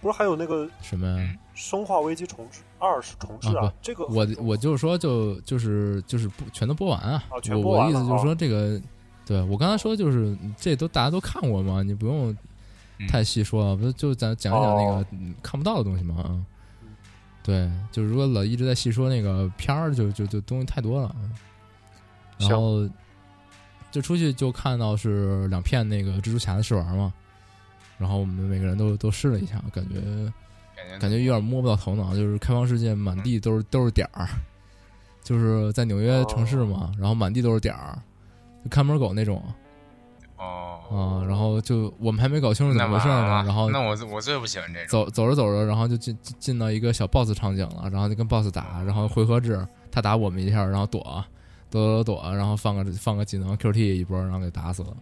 不是还有那个
什么呀？
《生化危机重置二》是重置
啊
啊
不，
这 个
我
很重
我就是说就就是就是不全都播完啊。
啊全
我
播
我
完
的
了
意思就是
啊
说这个，对我刚才说就是这都大家都看过嘛，你不用
嗯
太细说啊了，不是就咱讲一讲那个
哦
嗯看不到的东西嘛？啊
嗯
对，就是如果老一直在细说那个片儿，就就就东西太多了。嗯然
行
后就出去就看到是两片那个蜘蛛侠的试玩嘛，然后我们每个人都都试了一下，感觉
感觉嗯
感觉有点摸不到头脑，就是开放世界满地都是都是点儿，就是在纽约城市嘛，然后满地都是点儿，就看门狗那种
哦，
啊，然后就我们还没搞清楚怎么回事
那完
呢
了，
然后
那我我最不喜欢这种，
走走着走着，然后就进进进到一个小 boss 场景了，然后就跟 boss 打，然后回合制，他打我们一下，然后躲躲躲躲，然后放个放个技能 QT 一波，然后给打死了，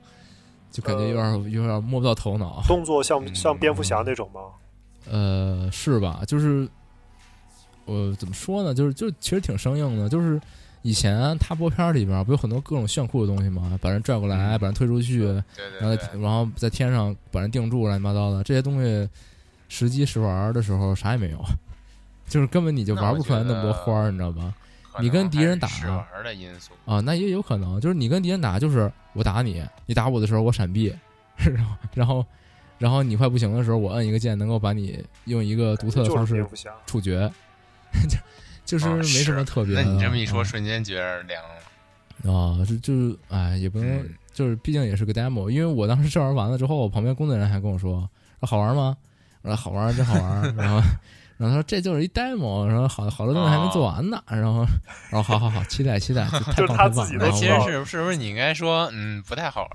就感觉有点有点摸不到头脑，
动作像
嗯
像蝙蝠侠那种吗？
呃，是吧？就是我怎么说呢？就是就其实挺生硬的，就是以前他播片儿里边儿不有很多各种炫酷的东西嘛，把人拽过来，把人推出去，
嗯对对
然后
对
在，然后在天上把人定住，乱七八糟的这些东西，时机试玩儿的时候啥也没有， 就是根本你就
那
玩
我
不
觉
出来那么多
得
花儿，你知道吧？
可能
你跟敌人
还是
打
试玩的因素，
啊，那也有可能，就是你跟敌人打，就是我打你，你打我的时候我闪避， 然后然后然后你快不行的时候，我摁一个键能够把你用一个独特的
就
方
是
式
蝙蝠侠。
处决， 就就是
啊
没什么特别的。
那你这么一说，
啊
瞬间觉得凉了。
啊，就就是哎，也不能
嗯，
就是毕竟也是个 demo。因为我当时试玩完了之后，我旁边工作人员还跟我说：“说好玩吗？”我说：“好玩，真好玩。” 然后，然后他说：“这就是一 demo。”然后好好多东西还没做完
哦
呢。然后，然后好好好，期待 期待，太
就是
棒
他
太棒
自己
了。
都
然
那
后
知
我
其实
道
是是不是你应该说，嗯，不太好玩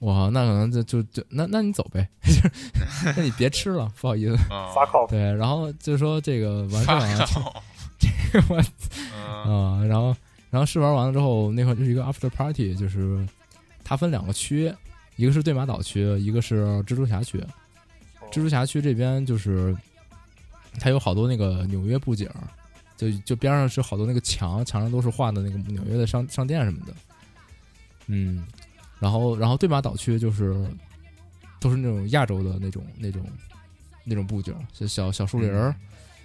哇，那可能就就就那那你走呗， 就是那你别吃了，不好意思。
啊？
发靠，
对，然后就说这个完事儿完了，
靠！
我
嗯
啊、然后然后试玩完了之后，那会儿就是一个 after party，就是它分两个区，一个是对马岛区，一个是蜘蛛侠区。蜘蛛侠区这边就是它有好多那个纽约布景儿，就就边上是好多那个墙，墙上都是画的那个纽约的商商店什么的。嗯，然后然后对马岛区就是都是那种亚洲的那种那种那种布景儿，小小小树林儿、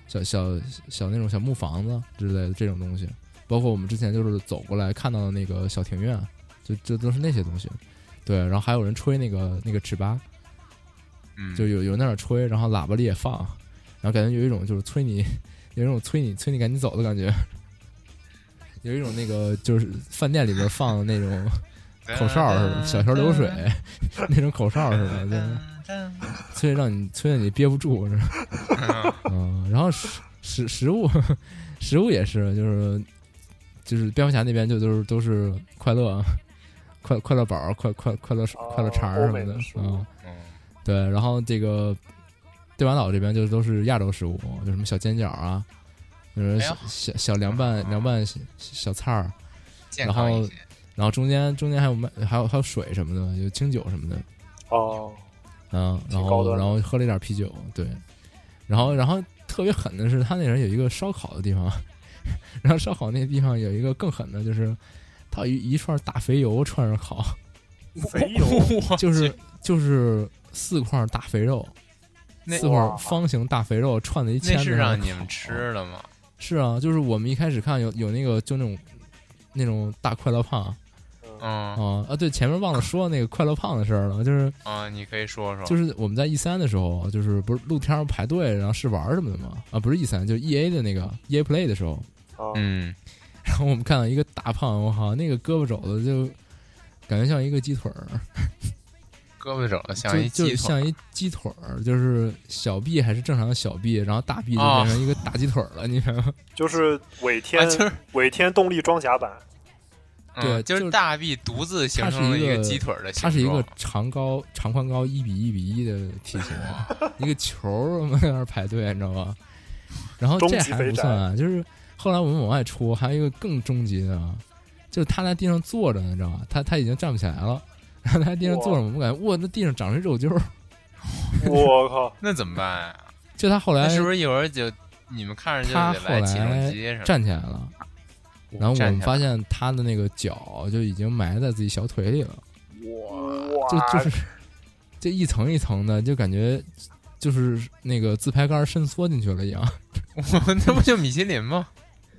小小小那种小木房子之类的这种东西，包括我们之前就是走过来看到的那个小庭院，就这都是那些东西。对，然后还有人吹那个那个尺八，
嗯，
就有有人在那儿吹，然后喇叭里也放，然后感觉有一种就是催你，有一种催你催你赶紧走的感觉，有一种那个就是饭店里边放的那种口哨似的，小桥流 水 那种口
嗯
哨似的，就是催让你催得你憋不住是吧？嗯，然后食食食物 食物也是，就是就是蝙蝠侠那边就都是都是快乐 快快乐宝、快快快乐快乐肠
哦
儿
欧
什
美
么的
的食，物
嗯。
嗯
对，然后这个对马岛这边就是都是亚洲食物，就什么小煎饺啊，就是
哎
小、
呦
小小凉拌凉拌小小菜儿，
健康一些。
然后中间中间还有卖还有还有水什么的，有清酒什么的，
哦，
嗯，
挺
然
高
后
端的
然后喝了一点啤酒，对，然后然后特别狠的是，他那人有一个烧烤的地方， 然后烧烤那地方有一个更狠的，就是他有一一串大肥油串着烤，
肥油
就是就是四块大肥肉，
那
四块方形大肥肉串在一签
那
子
是
上
让你
烤
们吃的吗？
是啊，就是我们一开始看有有那个就那种那种大快乐胖啊、
嗯
啊，对，前面忘了说那个快乐胖的事儿了，就是
嗯，你可以说说。
就是我们在 E 三的时候，就是不是露天儿排队然后试玩儿什么的嘛，啊，不是 E 三，就是 E A 的那个 E A Play 的时候，
啊，
嗯，
然后我们看到一个大胖，我靠，那个胳膊肘子就感觉像一个鸡腿儿，
胳膊肘像
就
一
就
鸡腿，
像一鸡腿儿，就是小臂还是正常的小臂，然后大臂就
哦
变成一个大鸡腿儿了，你看，
就是尾天
啊，就是
尾天动力装甲版，
嗯
对
就
就是
大臂独自形成
它
了
是一个
个鸡腿的
它
形状。
是一个长高长宽高一比一比一的体型，啊一个球儿我们在那儿排队，你知道吧？然后
终
这
极
还
肥
不
宅
算啊，就是后来我们往外出，还有一个更终极的啊，就是他在地上坐着呢，你知道吧？他他已经站不起来了， 然后他在地上坐着，我们感觉哇，那地上长着肉揪儿。
我靠，
那怎么办啊？
就他后
那
来
是不是一会儿就你们看着就
他
得
后来
起重机什么的？
站起来了，然后我
站
们
起来
发现他的那个脚就已经埋在自己小腿里了。
哇，
就就是这一层一层的，就感觉就是那个自拍杆伸缩进去了一样。
我那不就米其林吗？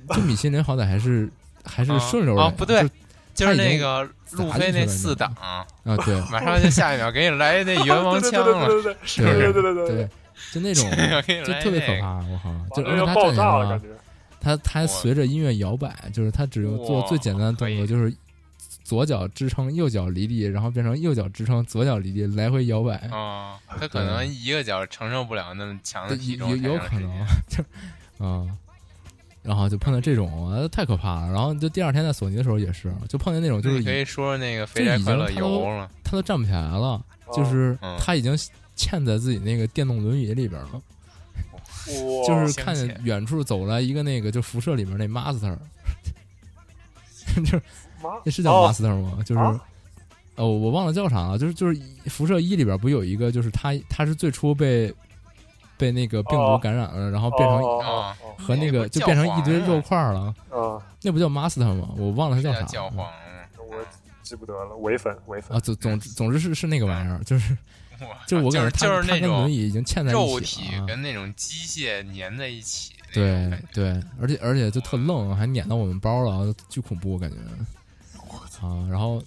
就米其林好歹还是还是
啊
顺溜的
啊
呀、
不对
就
就
他
是
已
那
经
个路飞那四档，
啊， 对
马上就下一秒给你来 那元王枪了，
对对对对
对
对对
对，就那种
给你
就
来
特别可
那个。
怕，我靠！就
对，
而
完了要
且他
爆
站起
炸
来
了感
了，
觉，
他他还随着音乐摇摆，就是他只用做
哇
最简单的动
可
作，
以
就是左脚支撑，右脚离地，然后变成右脚支撑，左脚离地，来回摇摆。
啊、他可能一个脚承受不了那么强的
对
体重，
有有有可能，就是啊、然后就碰到这种，呃太可怕了。然后就第二天在索尼的时候也是，就碰见那种
就
就是
你可
已
以说那个肥宅快乐油了，
他都站不起来了，
啊
就是
嗯
他已经嵌在自己那个电动轮椅里边了，
哇
就是
想
看
起
见远处走来一个那个就辐射里面那 master，就是
妈
那是叫
哦
master 吗？就是。
啊
哦，我忘了叫啥了，就是就是《辐射一》里边不有一个，就是他他是最初被被那个病毒感染了，然后变成
哦
啊
哦哦
和那
那
个
个
就变成
叫
一堆
黄啊
肉块儿了，
哦，
那不叫 master 吗？我忘了它
这
叫
叫
啥
教
嗯
皇。
嗯，我记不得了，伪粉伪粉
啊，总总之总之是是那个玩意儿， 就是
哇
就是我感觉他、
啊就是
他
那
跟轮
种
椅已经嵌在
肉
一起
体
了啊。
跟那种机械粘在一起那种
对
感觉。
对，而且而且就特愣，还撵到我们包了，巨恐怖，我感觉。我操！然后，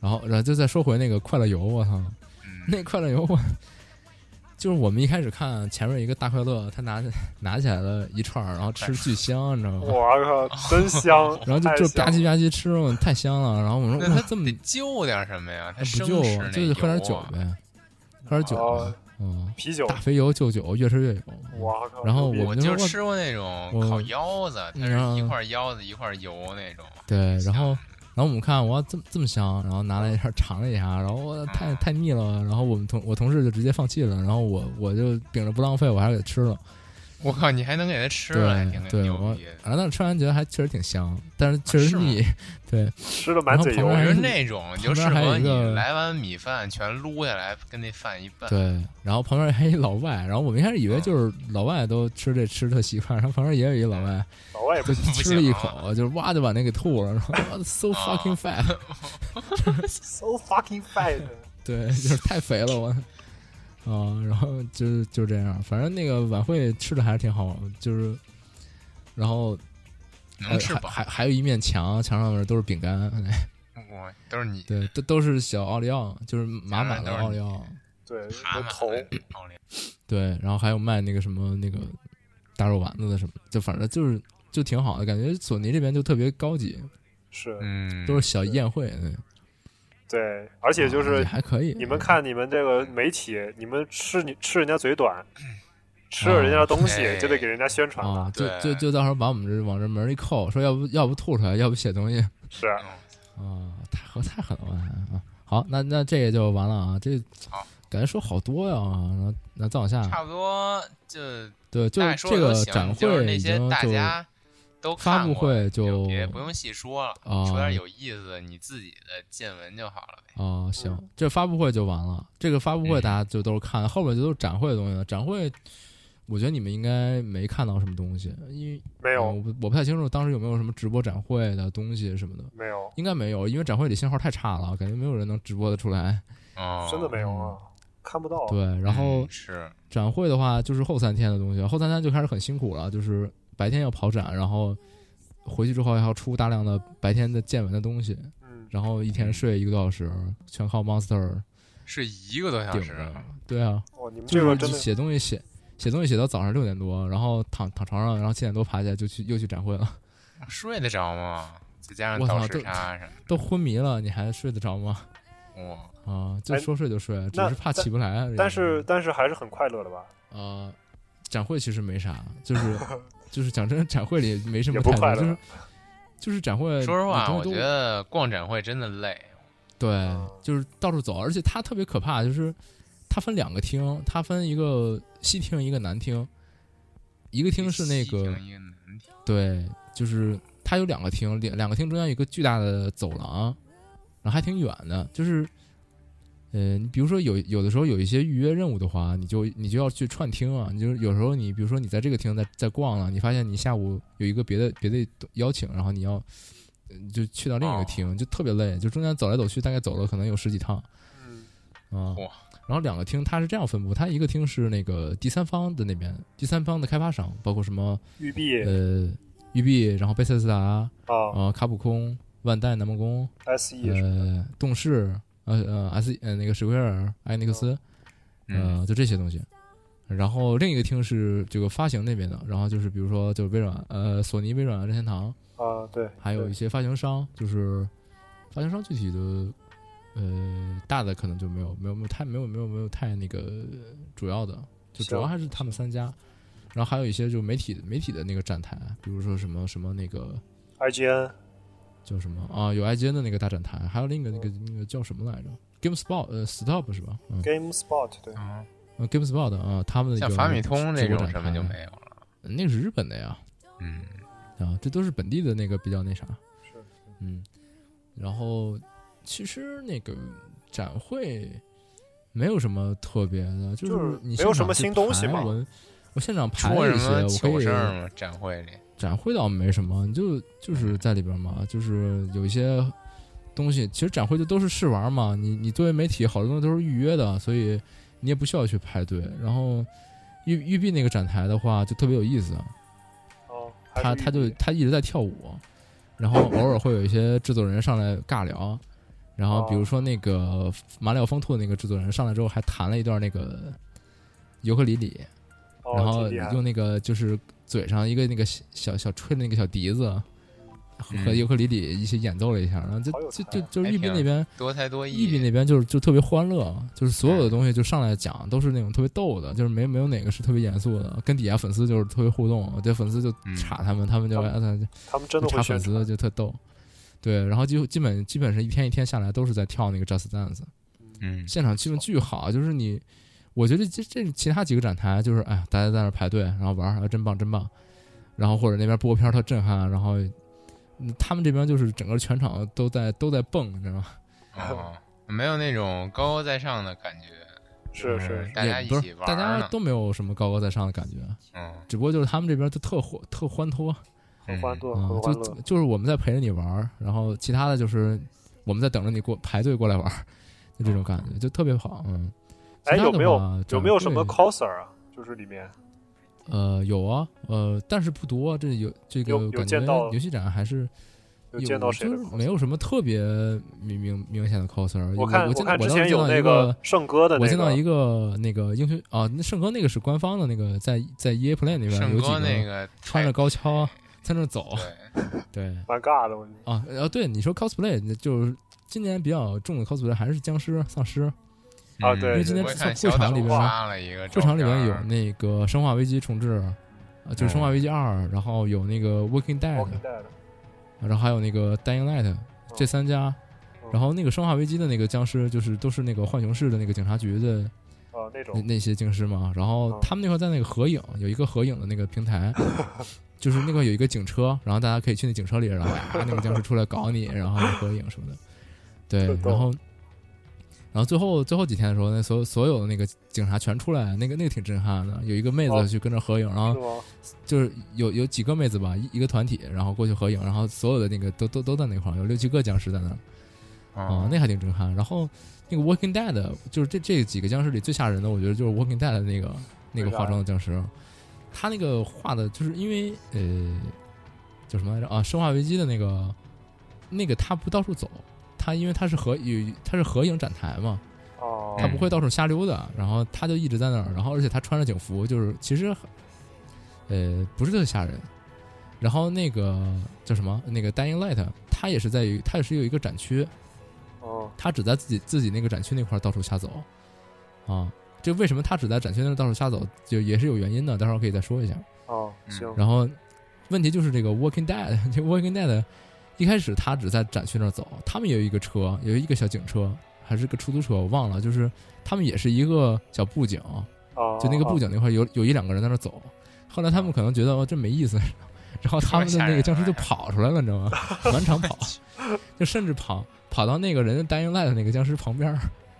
然后，然后就再说回那个快乐油，我操，
嗯，
那快乐油我，就是我们一开始看前面一个大快乐，他拿拿起来了一串儿，然后吃巨香，你知道吗？！
我靠，真香
然后就
太
就
香
吧
了
唧吧唧吃嘛，太香了。然后我说
那
哇
他，
这么
得救点什么呀？他
那不
生
救
吃
啊，
那
就是喝点
油
酒
啊。
呗，喝点酒
哦
呗，嗯，
啤酒，
大肥油救酒，越吃越有。
我靠！
然
牛
后
逼
我
我
就
就
说
吃过那种
我
烤腰子，它是
嗯
一块腰子一块油那种。
对，然后然后我们看哇这么这么香，然后拿了一下尝了一下，然后我
啊
太太腻了，然后我们同我同事就直接放弃了，然后我我就秉着不浪费，我还是给吃了。
我靠，你还能给它吃了，还挺
对对，
牛
我
逼的。
然后但是吃完觉得还确实挺香，但是确
是
实
吗
腻。 对，
吃的满嘴油
然后旁
我
边还
觉得
是
那种
旁
就适
边还有
合
一
你
个
来碗米饭全撸下来，跟那饭一拌。
对，然后旁边还有一老外，然后我们一开始以为就是老外都吃这吃特习惯，然后旁边也有一老外
老外也不
就
行，
嗯不
吃
行
了一
啊
口，就哇就把那给吐了，然后哇 so fucking fat，
so fucking fat。
对， 就是太肥了我。啊，然后就是就这样，反正那个晚会吃的还是挺好，就是，然后还
能吃饱。
还还还有一面墙，墙上面都是饼干，哎
我都是你
对，都都是小奥利奥，就是满满的
墙上
奥
都是
利
对，
奥，
你爬
那
满
头
了奥利奥
对，然后还有卖那个什么那个大肉丸子的什么，就反正就是就挺好的，感觉索尼这边就特别高级，
是
嗯，
都是小宴会，对
对，而且就是
也还可以。
你们看你们这个媒体，你们吃你吃人家嘴短，
嗯
吃了人家的东
哎
西就得给人家宣传
啊
了，，
就
对
就就到时候把我们这往这门儿一扣，说要不要不吐出来，要不写东 西
是
啊，太狠太狠了我看啊！好，那那这个就完了啊，这
好
感觉说好多呀、啊那那再往下，
差不多就
对，就
大概说
这
了
个
就行
展
就是
会
那
已
些
经
大
就
家都
发
看
布
过
会
了
就
也不用细说了，
啊
说点有意思的你自己的见闻就好了呗。
哦，行，这发布会就完了。这个发布会
嗯
大家就都是看，后面就都是展会的东西了。展会，我觉得你们应该没看到什么东西，因为
没
呃我
有
不我不太清楚当时有没有什么直播展会的东西什么的，
没有，
应该没有，因为展会里信号太差了，感觉没有人能直播的出来。
哦，
真的没有啊，看不到。
嗯对，然后
嗯是
展会的话就是后三天的东西，后三天就开始很辛苦了，就是白天要跑展，然后回去之后还要出大量的白天的见闻的东西，
嗯，
然后一天睡一个多小时，全靠 Monster
是一个多小
顶
时啊，
着。对啊，
哦，你们这个
就
真
是
的
写东西写写东西写到早上六点多，然后躺躺床上，然后七点多爬起来就去又去展会了，
睡得着吗？再加上
我操
倒时
都
差什么的
都昏迷了，你还睡得着吗？
哇、
啊，就
哎
说睡就睡，只
那
是怕
但
起不来而已。
但是但是还是很快乐的吧？
呃，展会其实没啥，就是 就是讲真，展会里没什么
也不
太
快
多，
乐
就是就是展会。
说实话，我
呃你东西
觉
都
得逛展会真的累。
对
嗯，
就是到处走，而且它特别可怕，就是它分两个厅，它分一个西厅一个南厅，一个厅是那个
一个一个难听
对，就是它有两个厅，两两个厅中间有一个巨大的走廊，然后还挺远的。就是，呃，你比如说有有的时候有一些预约任务的话，你就你就要去串厅啊。你就是有时候你比如说你在这个厅在在逛啊了，你发现你下午有一个别的别的邀请，然后你要呃就去到另一个
哦
厅，就特别累，就中间走来走去，大概走了可能有十几趟。
嗯，
啊
哇。
然后两个厅它是这样分布，它一个厅是那个第三方的那边，第三方的开发商，包括什么
玉璧
呃，育碧，然后贝塞斯达，
啊
呃，卡普空、万代南梦宫，
，S E
呃，动视，呃呃，S 呃那个史奎尔、艾尼克斯，
嗯，
呃，就这些东西。然后另一个厅是这个发行那边的，然后就是比如说就微软，呃，索尼、微软、任天堂，
啊，对，
还有
对
一些发行商，就是发行商具体的。呃，大的可能就没有，没有，没有太没有，没有，没有太那个主要的，就主要
行
还是他们三家，然后还有一些就媒体媒体的那个展台，比如说什么什么那个
I G N
叫什么啊？有 IGN 的那个大展台，还有另一个那个那个叫什么来着？GameSpot 呃，Stop 是吧？嗯
GameSpot 对，
嗯
呃，GameSpot 啊、他们的一个
像法米通
直
这
播
种
展
什么
台
就没有了。
那个是日本的呀，
嗯，
啊，这都是本地的那个比较那啥，
是
嗯，然后其实那个展会，没有什么特别的，就
就是
你
没有
现
什
场
么
去
新东西
排
嘛
我我现场排
出过
了
什
一些，
么
我可
糗
以
事儿吗？展会里
展会倒没什么，你就就是在里边嘛，就是有一些东西，其实展会就都是试玩嘛。你你作为媒体，好多东西都是预约的，所以你也不需要去排队。然后玉玉碧那个展台的话，就特别有意思，啊
哦，还是玉
他他就
米
他一直在跳舞，然 后偶尔会有一些制作人上来尬聊，然后
哦
比如说那个马里奥风兔那个制作人上来之后还弹了一段那个尤克里里，
哦
然后
挺厉害
用那个就是嘴上一个那个小小小吹的那个小笛子，和
嗯
和尤克里里一起演奏了一下，然后就
好有
就
才
就
啊
就是
还
玉斌
挺
那边，
多才多
玉
艺，
，E 斌那边就是就特别欢乐，就是所
哎
有的东西就上来讲都是那种特别逗的，就是没没有哪个是特别严肃的，跟底下粉丝就是特别互动，对粉丝就
嗯
查他们，他们就
他们
啊他就
他们真的
就
会
查粉
宣传
丝就特逗。对，然后就基本基本上一天一天下来都是在跳那个 Just Dance，
嗯，
现场气氛巨好，啊就是你，我觉得这这其他几个展台就是，哎呀，大家在那儿排队，然后玩儿，啊，真棒真棒，然后或者那边播片儿特震撼，啊然后、嗯他们这边就是整个全场都在都在蹦，你知道吗？
哦，没有那种高高在上的感觉，
是是
嗯
是
大家
也
一
不
起
是，
玩
大
儿
家
呢
都没有什么高高在上的感觉，啊
嗯，
只不过就是他们这边就特欢特欢脱，
很
嗯
欢乐，
嗯
很，欢乐
就。就是我们在陪着你玩儿，然后其他的就是我们在等着你过排队过来玩儿，就这种感觉，就特别好，嗯。
哎，
其他
有
的
没有
话
有没有
展
什么
会
coser 啊？就是里面
呃，有啊，呃，但是不多。这有这
有
个
有
感觉
见到
游戏展还是
有见到谁的
就是没有什么特别明明明显的 coser。我
看
我见
看
我
之
倒是
前有
见到
那
一个，
圣哥的那个，
我见到一个那个英雄啊，那圣哥那个是官方的那个，在在 EA Play 那边
嗯圣
有几
哥那个
穿着高跷在那
啊
走，
对，
对
蛮尬的，我觉得
啊，呃，对你说 cosplay，那就是今年比较重的 cosplay 还是僵尸、丧尸。
啊
嗯
对因为今
天
我也
在
看
会
小
场
岛
里边
发了一个
剧
照片
场
儿，
里面有那个《生化危机》重置，呃，就是《生化
嗯
危机二》，然后有那个《Walking Dead》，
Walking Dead
然后还有那个 Dying
嗯
Light 这三家，然后那个《生化危机》的那个僵尸，就是都是那个浣熊市的那个警察局的
啊那
那
种
那些僵尸嘛。然
嗯
后他们那块在那个合影，有一个合影的那个 平台，就是那块有一个警车，然后大家可以去那警车里，然后啊那个僵尸出来搞你，然后合影什么的。对
特，逗
然后然后最后最后几天的时候，那所有所有的那个警察全出来，那个那个挺震撼的。有一个妹
哦
子去跟着合影，然后
是吗？
就是有有几个妹子吧，一一个团体，然后过去合影，然后所有的那个都都都在那块儿，有六七个僵尸在那儿啊、
啊
那还挺震撼。然后那个 Walking Dead 的就是这这几个僵尸里最吓人的，我觉得就是 Walking Dead 的那个那个化妆的僵尸，他那个画的就是因为呃叫什么来着啊，《生化危机》的那个那个他不到处走，他因为他是合有他是合影展台嘛，
哦，
他不会到处瞎溜达，然后他就一直在那儿，然后而且他穿着警服，就是其实，呃，不是特吓人。然后那个叫什么？那个 Dying Light，他也是在于他也是有一个展区，
哦，
他只在自己自己那个展区那块儿到处瞎走，啊，这为什么他只在展区那儿到处瞎走，就也是有原因的，待会儿可以再说一下。
哦，
嗯
行，
然后问题就是这个 Walking Dead，这 Walking Dead 一开始他只在展区那儿走，他们也有一个车，有一个小警车，还是个出租车，我忘了，就是他们也是一个小布景，
哦，
就那个布景那块有有一两个人在那儿走，后来他们可能觉得哦这没意思， 然后他们的那个僵尸就跑出来了，你知道吗？满场跑，就甚至跑跑到那个人家 Dying Light 的那个僵尸旁边儿，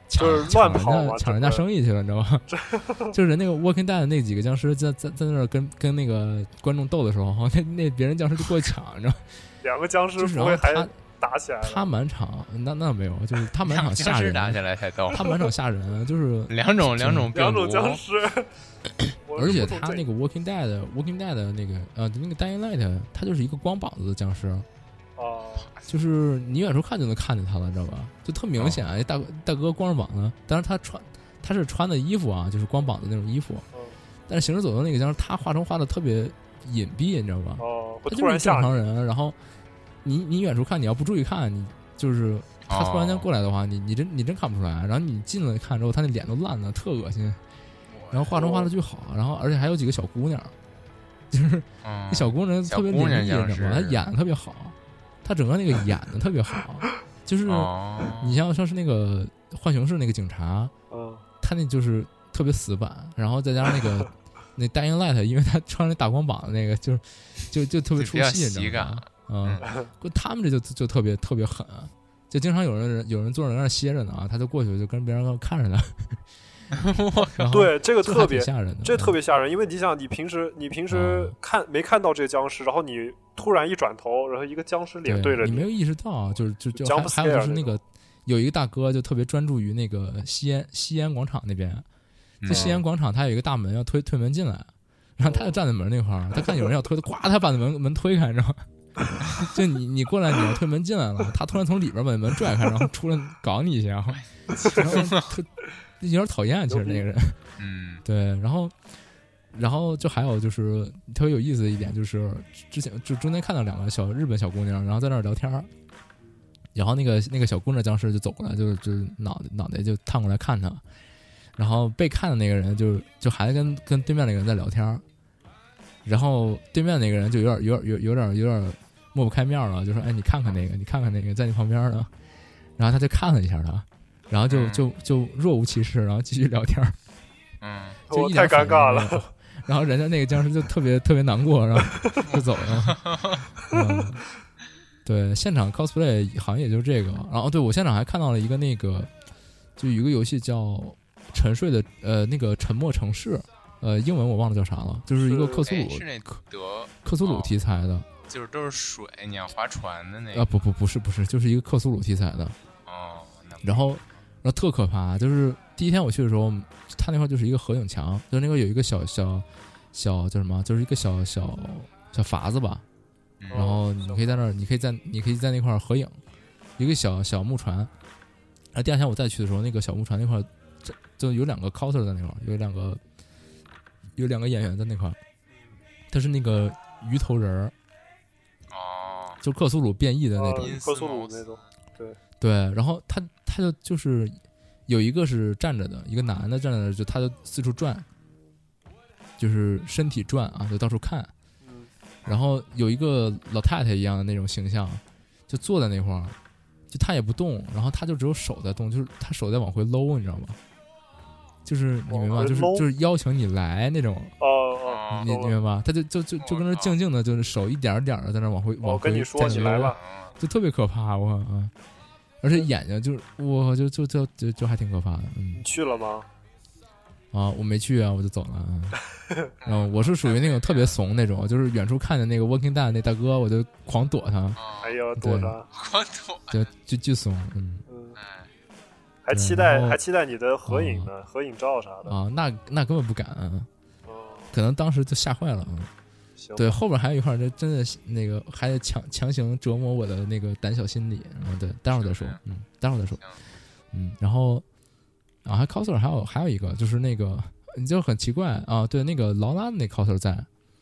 抢
就是乱
抢
跑
人
嘛
家抢人家
整个
生意去了，你知道吗？就是人那个 Walking Dead 那几个僵尸在在在那儿跟跟那个观众斗的时候， 那那别人僵尸就过去抢，你知道吗？
两个僵尸
就是
不
然
会
后
还
他
打起来了？
他满场那那没有，就是他满
两
场
个僵
吓
尸
人，
打起来才逗，
他满场吓人，就是
两种两种病
两
毒
种，僵 尸，我
而且
不懂
他
这
那个 Walking Dead Walking Dead 的那个呃那个 Dying Light，他就是一个光膀子的僵尸，
哦，
就是你远处看就能看见他了，你知道吧？就特明
哦
显，哎一大哥大哥光着膀子，但是他穿他是穿的衣服啊，就是光膀子那种衣服
嗯，
但是行尸走肉那个僵尸他化妆化的特别隐蔽，你知道吧？
哦，
他
会突
就是
然
一正
吓
常
你，
人，然后你你远处看，你要不注意看，你就是
哦
他突然间过来的话，你你真你真看不出来。然后你进来看之后，他那脸都烂了，特恶心。然后化妆化的巨好，然后而且还有几个小姑娘，就是
嗯
那小姑娘特别
小姑
伶俐，
娘
你知道吗？她
像是
演的特别好，她整个那个演的特别 好，就是
哦
你像像是那个浣熊市那个警察，
嗯，
他那就是特别死板，然后再加上那 个那 Dying Light，因为他穿着大光膀的那个，就是就就特别
就
出
比较
戏，你
喜
知道
感
吗？嗯，不他们这就就特别特别狠，就经常有人有人坐着在那儿歇着呢啊，他就过去就跟别人看着呢。然后
对，这个
这
特
还挺
别，
吓人的，
这特别吓人，因为你想，你平时你平时
嗯别
看没看到这僵尸，然后你突然一转头，然后一个僵尸脸对着
你没有
你，
意识到，就是就就
Jump
还还有就是
scare
那个有一个大哥就特别专注于那个西安西安广场那边，
嗯
在西安广场他有一个大门要推推门进来，然后他就站在门那块儿，他看有人要推，他咵他把那门门推开，你知道吗？ 就你你过来你要推门进来了，他突然从里边把门拽开，然后出来搞你一下， 然后 特有点讨厌，啊其实那个人。
嗯
对，然后，然后就还有就是特别有意思的一点就是，之前就中间看到两个小日本小姑娘，然后在那儿聊天儿，然后那个那个小姑娘僵尸就走过来，就就脑袋脑袋就探过来看她，然后被看的那个人就就还跟跟对面那个人在聊天儿，然后对面那个人就有点有点有有点有点抹不开面儿了，就说：“哎，你看看那个，你看看那个在你旁边呢。”然后他就看了一下他，然后就就就若无其事，然后继续聊天儿。
嗯，
就
我
一
太
点
尴
反应都
尬
没
了。
有。 然后人家那个僵尸就特别特别难过，然 后就走了。嗯，对，现场 cosplay 好像也就这个。然后对我现场还看到了一个那个，就有一个游戏叫《沉睡的呃那个沉默城市》，呃，英文我忘了叫啥了，就是一个
是
克苏
哎
鲁
是那德，
克苏鲁
哦
题材的
就是都是水，你要划船的那
啊，
个
不不不是不是，就是一个克苏鲁题材的。
哦，那
然后然后特可怕，啊就是第一天我去的时候，他那块儿就是一个合影墙，就是那块儿有一个小小小叫什么，啊就是一个小小小筏子吧，
嗯
然后你可以在那儿，你可以在你可以在那块儿合影，一个小小木船。然后第二天我再去的时候，那个小木船那块儿就就有两个 coser 在那块儿，有两个有两个演员在那块儿，他是那个鱼头人儿，
哦，
就克苏鲁变异的那
啊
种。
因
克
斯
苏鲁
茅斯
那种，
对，然后他他就就是有一个是站着的，一个男的站在那儿，就他就四处转，就是身体转啊，就到处看。
嗯，
然后有一个老太太一样的那种形象，就坐在那块儿，就她也不动，然后她就只有手在动，就是她手在往回搂，你知道吗？就是你
往
明白吗，
回
就是
搂
就是邀请你来那种，
哦哦，
哦
你你明白吗？她就就就就跟那
我
儿
靠
静静的，就是手一点儿点的在那儿往回往
我
回
跟你
在
说，
那
你
儿
来
搂
吧，
嗯
就特别可怕，我靠啊！而且眼睛就是，我就就就就就还挺可怕的，嗯
你去了吗？
啊，我没去啊，我就走了。嗯然后我是属于那种特别怂那种，就是远处看见那个 Walking Dead 那大哥，我就狂躲他，
哦
哎呀，躲着，
我懂，
就就巨怂，嗯
嗯，
哎
还期
然
待
后哦
还期待你的合影呢，合影照啥的。
啊，那那根本不敢，嗯
嗯，
可能当时就吓坏了。嗯
行，
对，后边还有一块儿，这真的是那个还得强强行折磨我的那个胆小心理。嗯，对，待会儿再说
是，
嗯，待会儿再说
行，
嗯，然后啊，还 coser 还有还有一个就是那个你就很奇怪啊，对，那个劳拉的那 coser 在，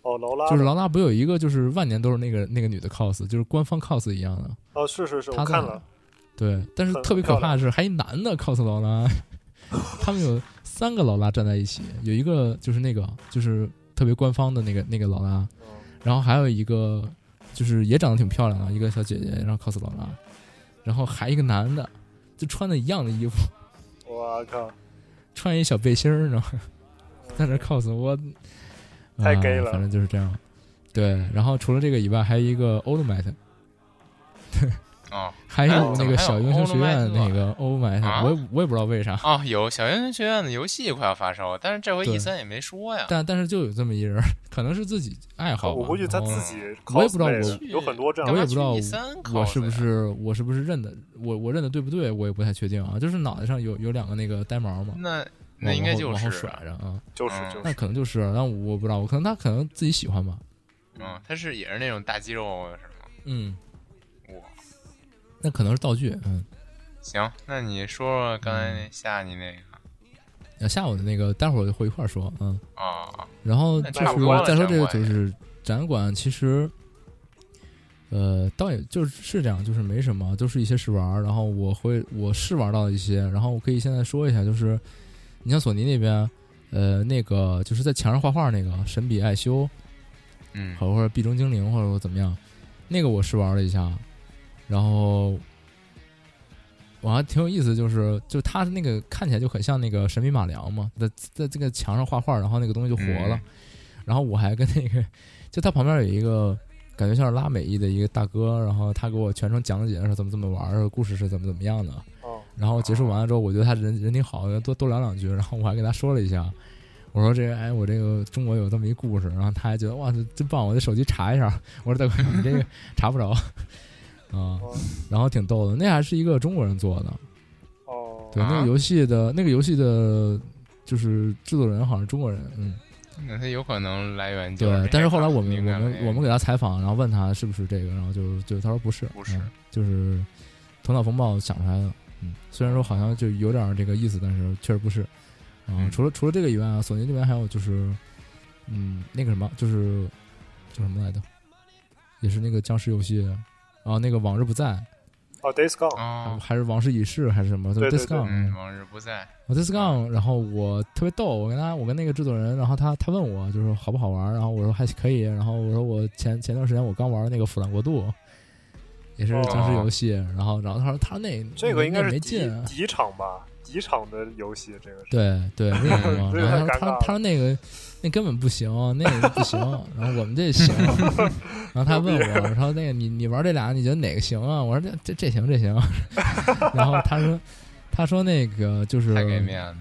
哦，劳拉
就是劳拉不有一个就是万年都是那个那个女的 cos，就是官方 cos 一样的，
哦，是是是，
她
我
在
看
哪
了，
对，但是
嗯很
特别
漂
可怕的是，还一男的 cos 劳拉， 他们有三个劳拉站在一起，有一个就是那个就是特别官方的那个那个劳拉，
嗯
然后还有一个就是也长得挺漂亮啊的一个小姐姐，然后 cos 劳拉，啊然后还一个男的，就穿的一样的衣服，
我靠，
穿一小背心儿，你知道吗？ 在那 cos 我，
太
啊
gay 了
反正就是这样。对，然后除了这个以外，还有一个 Old m i g h t
哦
还有那个
还有
小英雄学院
Old Might
那个 Old m i g h
啊
t 我也我也不知道为啥，
啊
哦，有小英雄学院的游戏快要发售，但是这回
对
一三也没说呀。
但但是就有这么一人儿， 可能是自己爱好吧。
哦我估计他
然后
自己
哦我也不知道
cosplay 的
我
有很多这样
我
的
也不知道
干嘛去 E E3 cos
我是不
呀
是我是不是认的我我认的对不对，我也不太确定啊。就是脑袋上有有两个那个呆毛嘛，
那那应该就
往后往后
是
甩着啊，
就是
嗯
就
那
是，
可能就是，但我不知道，我可能他可能自己喜欢吧。
嗯，他是也是那种大肌肉是吗？
嗯，
哇，
那可能是道具。嗯，
行，那你说说刚才那下你那个
那呃下午的那个待会儿会一块儿说。嗯，
哦，
然后
那
就
展
是
馆
再说
展
这个
馆
就
呀
是展馆，其实，呃，倒也就是是这样，就是没什么，就是一些试玩儿。然后我会我试玩到一些，然后我可以现在说一下，就是你像索尼那边，呃，那个就是在墙上画画那个神笔爱修，
嗯，
或或者壁中精灵，或者说怎么样，那个我试玩了一下，然后我还挺有意思，就是就他那个看起来就很像那个神笔马良嘛，在在这个 墙上画画，然后那个东西就活了，
嗯
然后我还跟那个就他旁边有一个感觉像是拉美裔的一个大哥，然后他给我全程讲解是怎么怎么玩儿，故事是怎么怎么样的。
哦，
然后结束完了之后，我觉得他人人挺好，多多聊两句。然后我还跟他说了一下，我说这个，哎，我这个中国有这么一故事。然后他还觉得哇，这真棒，我的手机查一下。我说大哥，你这个查不 着啊、
哦
然后挺逗的，那还是一个中国人做的。
哦，
对，那
啊
个游戏的那个游戏的，就是制作人好像是中国人，嗯，
那他有可能来源就
对。但是后来我们
应
我
该
们
没
我们给他采访，然后问他是不是这个，然后就就他说不是，
不是
嗯就是头脑风暴想出来的。嗯，虽然说好像就有点这个意思，但是确实不是。嗯，
嗯
除了除了这个以外啊，索尼这边还有就是，嗯，那个什么，就是叫什么来着，也是那个僵尸游戏，啊，那个往日不在，
哦，Days Gone，
啊
哦，
还是往事已逝还是什么，就
对对
Discon，
对
嗯，往日不在，
我在 s c o n 然后我特别逗，我跟他，我跟那个制作人，然后他他问我就是好不好玩儿，然后我说还可以，然后我说我前前段时间我刚玩那个《腐烂国度》，也是僵尸游戏，然后然后他说他说那
哦这个应该
那
是
没
第
劲
一
啊，
第一场吧，第一场的游戏，这个是。
对对，那 个嘛，
这个
然后
太尴尬
他说
了
他说那个那根本不行，那个不 行，然后我们这行，然后他还问我，我说那个你你玩这俩你觉得哪个行啊？我说这这这行这行， 然后他说他说那个就是
太给面子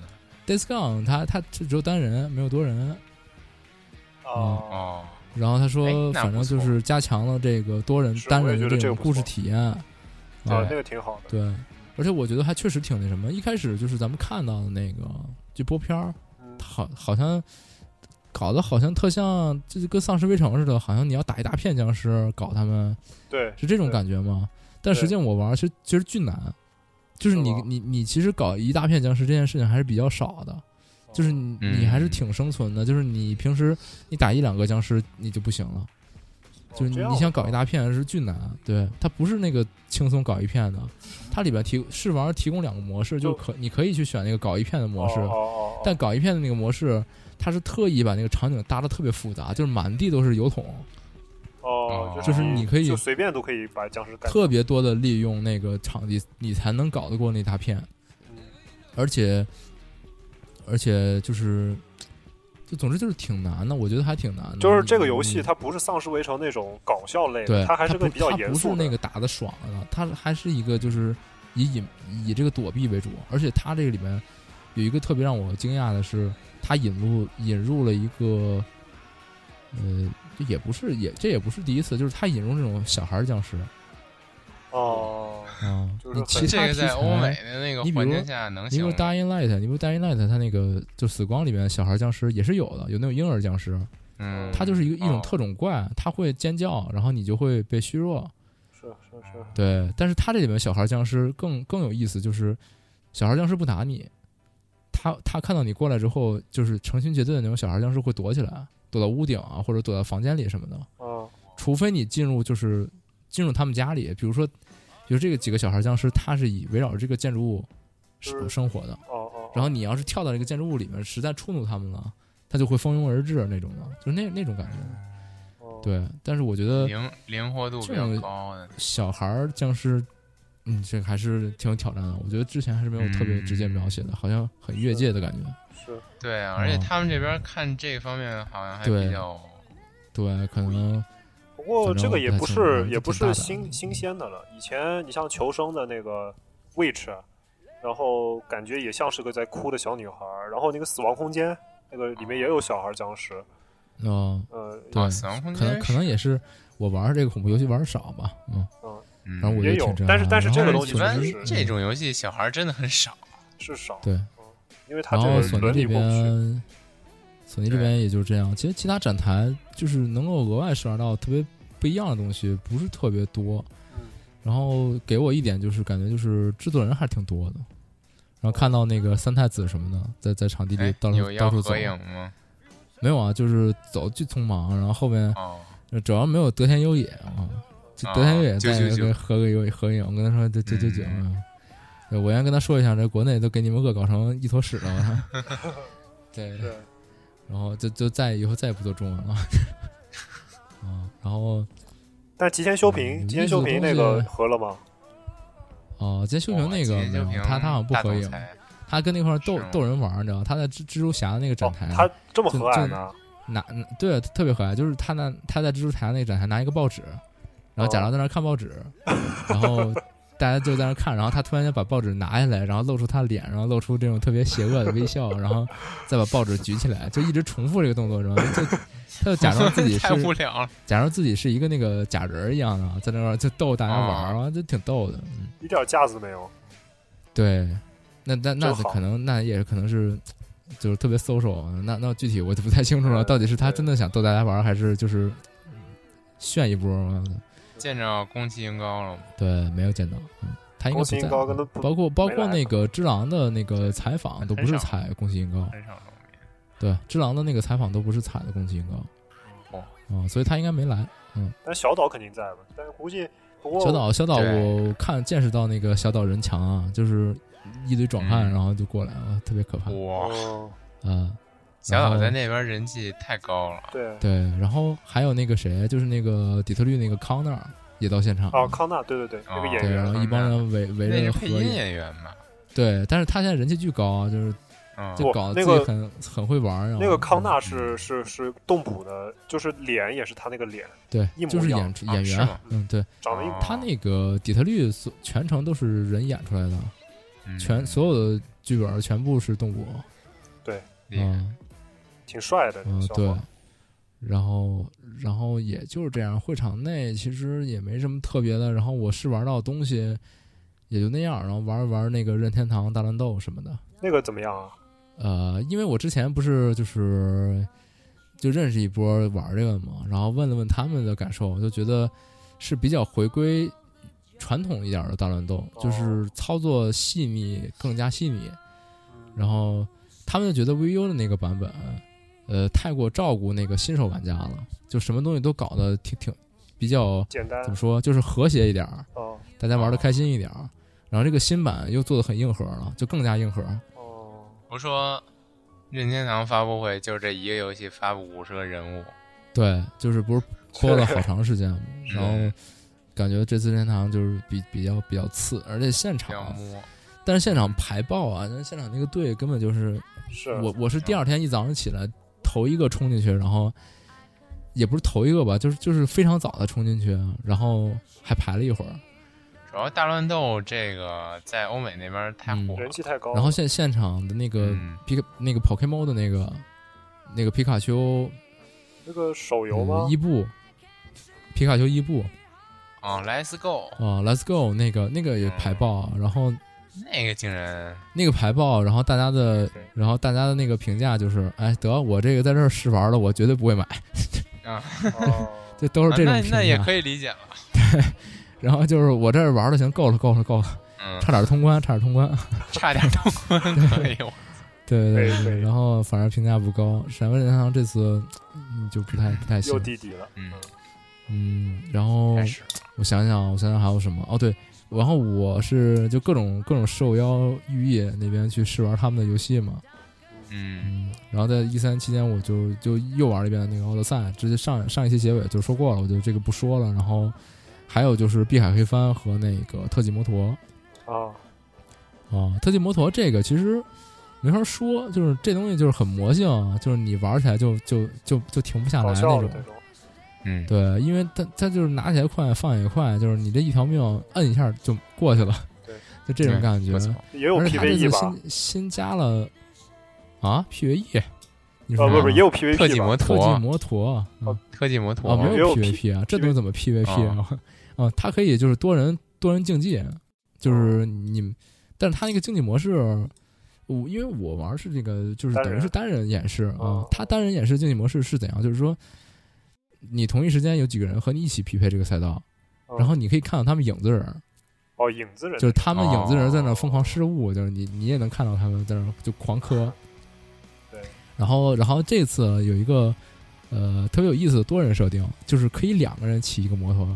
Days Gone，他他只只有单人，没有多人。
哦，
哦，
然后他
哎
说，
那
反正
不错
就是加强了这个多人
是
单
我也
人的
觉得这
种
个不
故事
错
体验。
对
啊，那个挺好的。
嗯对，而且我觉得还确实挺那什么。一开始就是咱们看到的那个就播片儿，
嗯
它，好好像搞得好像特像，就是跟《丧尸围城》似的，好像你要打一大片僵尸搞他们，
对，
是这种
对
感觉吗？但
对
实际上我玩儿其实其实巨难，就是
是
你
吗
你你其实搞一大片僵尸这件事情还是比较少的。就是你你还是挺生存的，就是你平时你打一两个僵尸你就不行了，
哦
就是
这
你
样
你想
啊
搞一大片是巨难，对，它不是那个轻松搞一片的，它里边提试玩提供两个模式，就
就是
可你可以去选那个搞一片的模式，
哦哦哦，
但搞一片的那个模式，它是特意把那个场景搭的特别复杂，就是满地都是油桶，
哦，
就是
你可以
就随便都可以把僵尸干掉。
特别多的利用那个场地，你才能搞得过那大片。
嗯
而且而且就是，就总之就是挺难的，我觉得还挺难的。嗯
就是这个
你
游
你
戏，它不是《丧尸围城》那种搞笑类
对
的，，它还是
不
个比较严肃
它不
的。
是那个打的爽的，它还是一个就是以隐以这个躲避为主，而且它这个里面有一个特别让我惊讶的是，它引入引入了一个，呃，这也不是也这也不是第一次，就是它引入这种小孩儿僵
啊
尸
哦，
啊，
就是
你
很
其他
这个
题
在
材。
欧美的那个
你比
环
如
境下能
你比
行
如
吗
《Dying Light》，你比如《Dying Light》，它那个就《死光》里面小孩儿僵尸也是有的，有那种婴儿僵尸，
嗯，
它就是一个一种
哦
特种怪，它会尖叫，然后你就会被虚弱，
是是是，
对，但是他这里面小孩僵尸更更有意思，就是小孩僵尸不打你，他他看到你过来之后，就是成群结队的那种小孩僵尸会躲起来，躲到屋顶啊，或者躲到房间里什么的。
嗯
除非你进入就是进入他们家里，比如说，比如这个几个小孩僵尸，他是以围绕着这个建筑物
就是
生生活的，
哦哦，
然后你要是跳到这个建筑物里面，实在触怒他们了，他就会蜂拥而至那种的，就是那那种感觉。
后，
对，但是我觉得
灵灵活度比较高的，
小孩儿僵尸，嗯，这个还是挺有挑战的。我觉得之前还是没有
嗯
特别直接描写的，好像很越界的感觉。
是
对啊，而且他们这边看这方面好像还
哦对嗯
比较，
对，可能
不过
反正
这个也不是也不是
挺大胆
新
的嗯
新鲜的了。以前你像求生的那个 Witch，然啊后感觉也像是个在哭的小女孩儿，然后那个死亡空间那个里面也有小孩僵尸，
呃，
呃，
对
啊，死亡空
可能
间
可能也是我玩儿这个恐怖游戏玩的少吧，嗯，
嗯，
反正我觉
也
得
有
挺震撼的。啊
但是但是这个
然后
东
嗯
西
一般
索尼
确实
这种游戏小孩儿真的很少，
是少，嗯
对，
因为它
然
这
后
个
索尼
伦
这
理过不去。
边，索尼这边也就这样。其实其他展台就是能够额外试玩到特别不一样的东西，不是特别多。
嗯
然后给我一点就是感觉就是制作人还挺多的，然后看到那个三太子什么的在在场地里
哎，
到
有
处到
要
处走
合，影吗？
没有啊，就是走巨匆忙，然后后面
哦，
主要没有德田优也啊，就
啊
德田优也
九
在
九九
跟合个影合影，我跟他说这九九九
嗯
啊，对我先跟他说一下，这国内都给你们恶搞成一坨屎了，我操对，
对，
然后就就再以后再也不做中文了，啊，然后
但极限修平，
嗯
极限修平那
意思的东
个
西
合了吗？
哦，今天修平那个
哇
没
今天秀
有
萍
他他好像不
大
合
总
影，
裁
他跟那块儿斗
是吗
斗人玩儿，你知道，他在蜘蜘蛛侠那个展
哦
台，，
他这么和蔼
就
呢？
拿拿对，啊特别可爱，就是他那他在蜘蛛台那展台拿一个报纸，然后假
哦
装在那儿看报纸，然后大家就在那儿看，然后他突然间把报纸拿下来，然后露出他脸，然后露出这种特别邪恶的微笑，然后再把报纸举起来，就一直重复这个动作，然后就他就假装自 己是
太无聊了。
假装自己是一个那个假人儿一样的，在那块儿就逗大家玩
哦
儿，啊，就挺逗的。嗯，
一点架子没有。
对，那那那
真好
可能那也可能是就是特别 social，那那具体我就不太清楚了，
呃
到底是他
对
真的想逗大家玩儿，还是就是炫一波嘛？
见着宫崎英高了吗？
对，没有见到，嗯，他应该
宫
不
崎
在
英高跟他不
包括包
没
括
来
那个之狼的那个采访都不是
很少
采宫崎英高，
很少露面。
对，之狼的那个采访都不是采的宫崎英高，
哦
哦，所以他应该没来。
但小岛肯定在吧？但是估计不过
小岛，小岛，
对
我看见识到那个小岛人强啊，就是一堆壮汉，
嗯
然后就过来了，特别可怕。
哇，
嗯，
嗯，
小岛
然后
在那边人气太高了。
对，
对，然后还有那个谁，就是那个底特律那个康那儿也到现场
哦，
了，
康纳，对对对，那
哦
个演
对，然
员，
后一帮人围围
那
着
是配
合
音
影，
演员吧？
对，但是他现在人气巨高啊，就是
嗯，
就
不
搞得
那
自己
个
很很会玩儿啊。
那个康纳是是是动捕的，就是脸也是他那个脸，
对
一，模
就是
一样
演出
啊
演
是
员
吗，
嗯，对
长得一模
哦
他那个底特律所全程都是人演出来的，
嗯
全所有的剧本儿全部是动物，
厉害
嗯。
挺帅的，这个
嗯，
小
对
伙。
然后，然后也就是这样。会场内其实也没什么特别的。然后我试玩到的东西也就那样。然后玩一玩那个任天堂大乱斗什么的。
那个怎么样啊？
呃，因为我之前不是就是就认识一波玩这个嘛，然后问了问他们的感受，就觉得是比较回归传统一点的大乱斗，就是操作细腻，更加细腻。然后他们就觉得 VU 的那个版本，呃，太过照顾那个新手玩家了，就什么东西都搞得挺挺比较
简单
怎么说，就是和谐一点儿，
哦
大家玩的开心一点儿。然后这个新版又做的很硬核了，就更加硬核。
哦，
不是说任天堂发布会就这一个游戏发布五十个人物，
对，就是不是播了好长时间嘛，
是
然后感觉这次任天堂就是比比较比较次，而且现
要
场，啊
摸
但是现场排爆啊，那现场那个队根本就是
是
我我是第二天一早上起来头一个冲进去，然后也不是头一个吧，就是就是非常早的冲进去，然后还排了一会儿，
主要大乱斗这个在欧美那边
嗯
太火了
人，气太高了，
然后现现场的那个
嗯
皮卡那个 Pokemon 的那个那个皮卡丘
那个手游吗
呃伊？布，皮卡丘伊布。
啊，Let's Go
啊、l e t s Go 那个那个也排爆，啊然后
那个竟然
那个排爆，然后大家的
对，
然后大家的那个评价就是，哎，得我这个在这儿试玩了，我绝对不会买，
哦
这都是这种
啊
评价。
那那也可以理解了，
然后就是我这儿玩的行，够了，够了，够了，
嗯，
差点通关，差点通关。
差点通 关，哎呦，
对对
可以可
对，
以
然后反而评价不高。闪文任天堂这次嗯就不太不太行
又，弟弟了，
嗯，
嗯，然后
开始了
我想想，我想想还有什么？哦，对，然后我是就各种各种受邀玉叶那边去试玩他们的游戏嘛，
嗯，
嗯，然后在一三期间，我就就又玩了一遍那个奥德赛，直接上上一期结尾就说过了，我就这个不说了。然后还有就是碧海黑帆和那个特技摩托
啊，
啊，特技摩托这个其实没法说，就是这东西就是很魔性，啊就是你玩起来就就就就停不下来
搞
那
笑的
种。
那种，
嗯，
对，因为它它就是拿起来快，放也快，就是你这一条命摁一下就过去了，
对，
就这种感觉。
不错
也有
而且它这
PVE
次
吧？
新新加了啊 PVE，你
啊，
说
不不，也有
特
PVP
技
吧？
摩
特技
托，
摩托嗯
特技摩托
啊，没
哦也有
PVP 啊，这东西怎么 PVP 啊？ 啊，它可以就是多人多人竞技，
啊
啊就是你们，但是它那个竞技模式，我因为我玩是这个，就是
单人
等于是单人演示啊
哦，
它单人演示竞技模式是怎样？就是说，你同一时间有几个人和你一起匹配这个赛道，
嗯
然后你可以看到他们影子人，
哦，影子人
就是他们影子人
哦
在那儿疯狂失误，就是你你也能看到他们在那儿就狂磕。
对，
然后然后这次有一个呃特别有意思的多人设定，就是可以两个人骑一个摩托，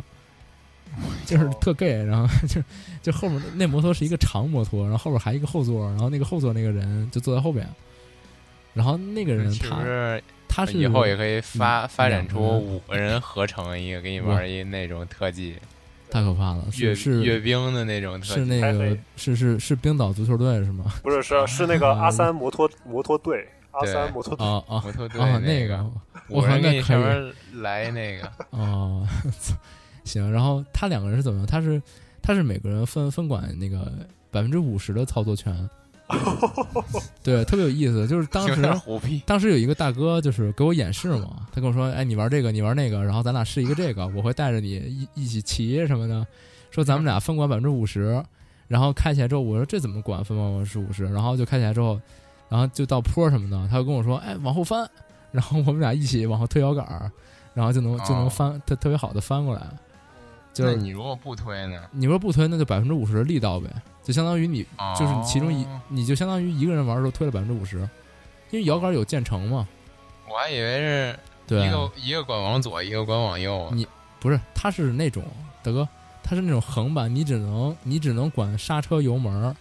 就是特 gay，然后就就后面那摩托是一个长摩托，然后后边还一个后座，然后那个后座那个人就坐在后边，然后那个人
是
他
不是
他是
嗯以后也可以发
嗯
发展出
两个人
五个人合成一个，给你玩一那种特技
太可怕了，
阅
是是
阅兵的那种特
是
技，
那
开
个
黑
是是是冰岛足球队是吗？
不是是是那个
嗯
阿三摩托摩托队，阿
对
三摩托队
啊啊
摩托队
啊，
那
个，我
我
好像
给
在
你
看
上
一个
面来那个，
哦，行。然后他两个人是怎么样？他是他是每个人分分管那个百分之五十的操作权，对，特别有意思。就是 当
有
时
点虎皮，
当时有一个大哥就是给我演示
嗯
嘛，他跟我说：“哎，你玩这个，你玩那个，然后咱俩试一个 这个，我会带着你一一起骑什么的。”说咱们俩分管百分之五十，然后开起来之后，我说这怎么管分管百分之五十？然后就开起来之后，然后就到坡什么的，他就跟我说：“哎，往后翻。”然后我们俩一起往后推摇杆儿，然后就能就能
哦嗯
翻，特特别好的翻过来。 就
那
是
你如果不推呢？
你说不推，那就百分之五十的力道呗，就相当于你
哦
就是你其中一，你就相当于一个人玩的时候推了百分之五十，因为摇杆有渐程嘛。
我还以为是
对，
一个一个管往左，一个管往右啊
你不是，它是那种大哥，它是那种横版，你只能你只能管刹车、油门儿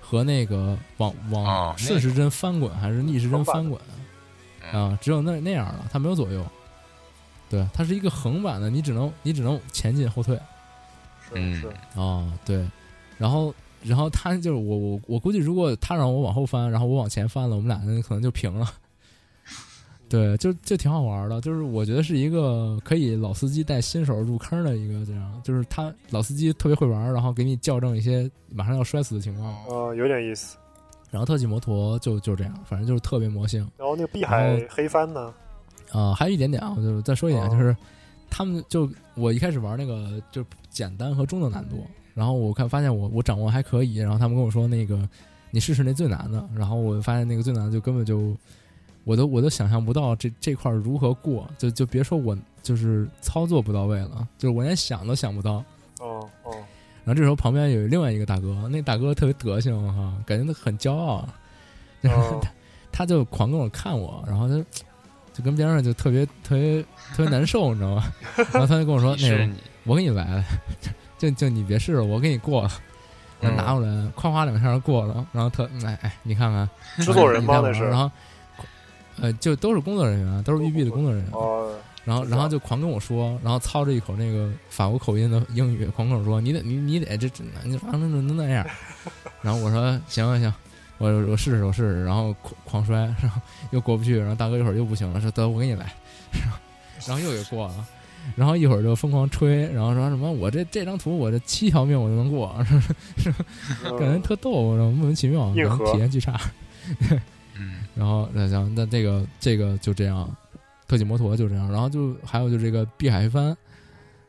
和那个往
哦
往
那嗯
顺时针翻滚还是逆时针翻滚
横版的
啊，只有那那样了，它没有左右。对，它是一个横版的，你只能你只能前进后退啊、
嗯
是是，
哦对，然后然后他就是我我我估计，如果他让我往后翻，然后我往前翻了，我们俩人可能就平了。对，就就挺好玩的，就是我觉得是一个可以老司机带新手入坑的一个这样，就是他老司机特别会玩，然后给你校正一些马上要摔死的情况，
呃，有点意思。
然后特技摩托就就这样，反正就是特别魔性
然后那个碧
然
海黑帆呢？
啊、还有一点点啊，我就再说一点，
哦
就是他们就我一开始玩那个就简单和中等难
嗯
度，然后我看发现我我掌握还可以，然后他们跟我说那个你试试那最难的，然后我发现那个最难的就根本就我都我都想象不到这这块儿如何过，就就别说我就是操作不到位了，就是我连想都想不到。
哦 哦，
然后这时候旁边有另外一个大哥，那大哥特别德行哈、感觉他很骄傲，啊 然后
哦
他他就狂跟我看我，然后他就跟边上就特别特别特别难受，你知 道吗？然后他就跟我说：“那
是
个
你
我给你来， 就就你别试了，我给你过了。”
嗯
然后拿过来，夸夸两下就过了，然后特哎哎，你看看
制作人 吗？
你看
那
我
是
然后呃，就都是工作人员，都是育碧的工作人员。啊
哦，
然后，然后就狂跟我说，然后操着一口那个法国口音的英语，狂跟我说：“你得，你你得这这，你反正能那样。”然后我说：“行行行，我我试试，我试试。”然后狂狂摔，然后又过不去，然后大哥一会儿又不行了，说：“得，我给你来。” 然后，然后又给过了，然后一会儿就疯狂吹，然后说什么：“我这这张图，我这七条命我都能过。”
嗯
感觉特逗，然后莫名其妙，
硬
然后
核
体验巨差。
嗯，
然后那行，那这个这个就这样，特技摩托就这样，然后就还有就这个碧海黑帆，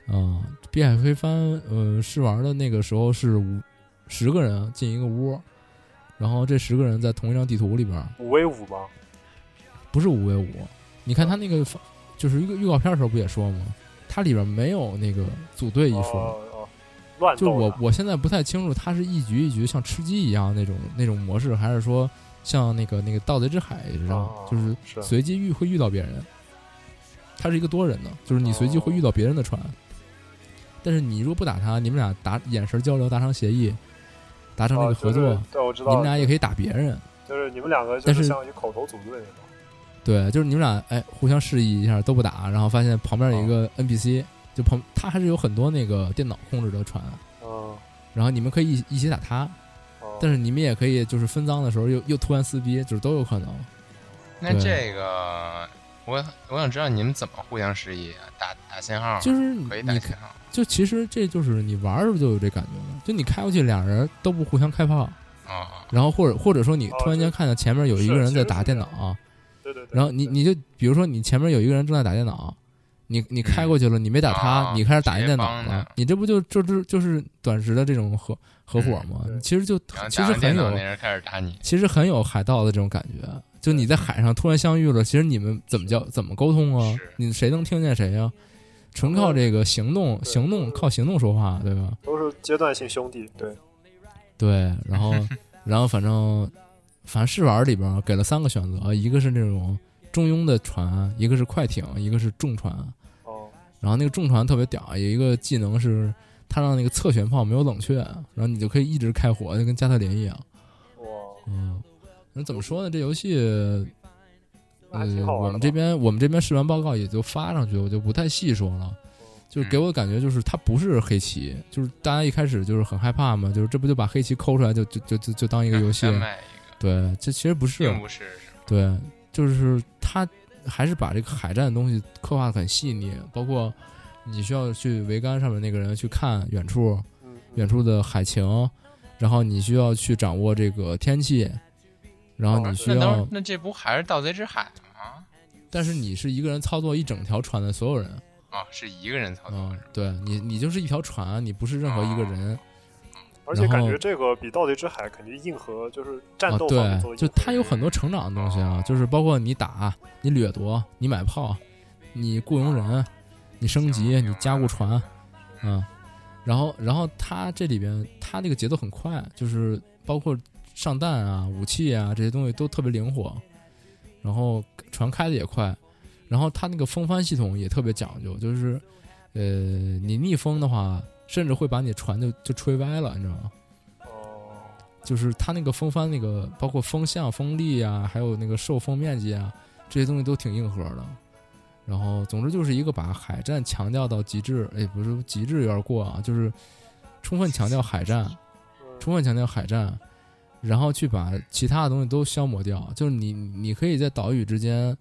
啊、碧海黑帆，呃，试玩的那个时候是五十个人进一个屋，然后这十个人在同一张地图里边儿，
呃五 v 五吗？
不是五 v 五。你看他那个发就是一个预告片的时候不也说吗？它里边没有那个组队一
哦
说，
哦，乱
就是
斗
我
的
我现在不太清楚，它是一局一局像吃鸡一样那种那种模式，还是说像那个那个盗贼之海一样
哦，
就是
是
随机遇会遇到别人。它是一个多人的，就是你随机会遇到别人的
哦
船，但是你如果不打他，你们俩达眼神交流，达成协议，达成这
哦
个
就是
合作，
对，我知道。
你们俩也可以打别人。
就是你们两个就
但
是
是
像一口头组队那种。
对，就是你们俩哎互相示意一下都不打，然后发现旁边有一
哦
个 NPC，、就旁他还是有很多那个电脑控制的船，
嗯，
然后你们可以一一起打他，
哦
但是你们也可以就是分赃的时候又又突然撕逼，就是都有可能。
啊那
对
这个我我想知道你们怎么互相示意啊？打打信号吗，
就是你
可以打
你
信号。
就其实这就是你玩的时候就有这感觉了，就你开过去俩人都不互相开炮，
啊，
然后或者或者说你
哦
突然间
对
看到前面有一个人在打
是
电脑，
对对对。
然后你
对
你就比如说你前面有一个人正在打电脑。你你开过去了，你没打他，
哦
你开始打人
直接
电脑
帮
了
他，
你这不就就就就是短时的这种合合伙吗？
对
其实就
嗯然后
其
打
实
完
很
电
有
脑那人开始打你，
其实很有海盗的这种感觉，就你在海上突然相遇了，其实你们怎么叫怎么沟通啊
是？
你谁能听见谁啊？纯靠这个行动，
对
行动靠行动说话，对吧？
都是阶段性兄弟，对，
对，然后，然后反正，反正试玩里边给了三个选择，一个是那种中庸的船，一个是快艇，一个是重船。
哦，
然后那个重船特别屌，有一个技能是它让那个侧旋炮没有冷却，然后你就可以一直开火，就跟加特林一样。
哇，
嗯，那怎么说呢？这游戏，
那还
呃
挺，好玩的吧
我们这边我们这边试完报告也就发上去，我就不太细说了。
嗯
就是给我的感觉就是它不是黑棋，就是大家一开始就是很害怕嘛，就是这不就把黑棋抠出来就就就就就当一
一
个游戏？
卖一个，
对，这其实不是
并，不是，是吧
对，就是它还是把这个海战的东西刻画的很细腻，包括你需要去桅杆上面那个人去看远处
嗯，
远处的海情，然后你需要去掌握这个天气，然后
哦
你需
那
要，
当那这不还是《盗贼之海》吗？
但是你是一个人操作一整条船的所有人，
啊，是一个人操作
嗯，对你你就是一条船，你不是任何一个人，
而且感
然
觉
后
这个比《盗贼之海》肯定硬核，就是战
啊，
斗方面做的、
对，就它有很多成长的东西
哦
啊，就是包括你打、你掠夺、你买炮、你雇佣人、你升级、你加固船，嗯，然后然后它这里边它这个节奏很快，就是包括上弹啊、武器啊这些东西都特别灵活，然后船开的也快，然后它那个风帆系统也特别讲究，就是呃，你逆风的话，甚至会把你船就就吹歪了，你知道吗？
哦，
就是它那个风帆那个，包括风向、风力啊，还有那个受风面积啊，这些东西都挺硬核的。然后，总之就是一个把海战强调到极致，哎，不是极致有点过啊，就是充分强调海战，
嗯
充分强调海战，然后去把其他的东西都消磨掉。就是你，你可以在岛屿之间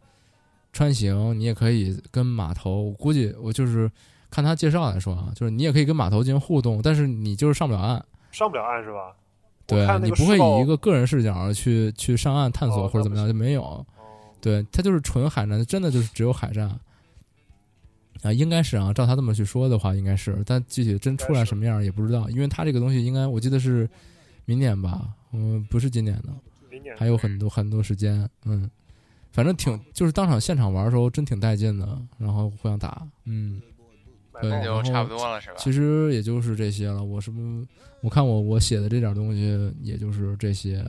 穿行，你也可以跟码头。我估计我就是看他介绍来说啊，就是你也可以跟码头进行互动，但是你就是上不了岸。
上不了岸是吧？
对
我看那
你
个
不会
世贸
以一个个人视角去去上岸探索
哦
或者怎么样，
那
就没有。
哦
对，它就是纯海战，真的就是只有海战啊，应该是啊，照他这么去说的话，应该是，但具体真出来什么样也不知道，因为他这个东西应该我记得是明年吧，嗯，不是今年的，
明年
还有很多很多时间，嗯，反正挺就是当场现场玩的时候真挺带劲的，然后互相打，嗯。
买
对
那
报
就差不多了是吧？
其实也就是这些了。我是不是我看我我写的这点东西，也就是这些。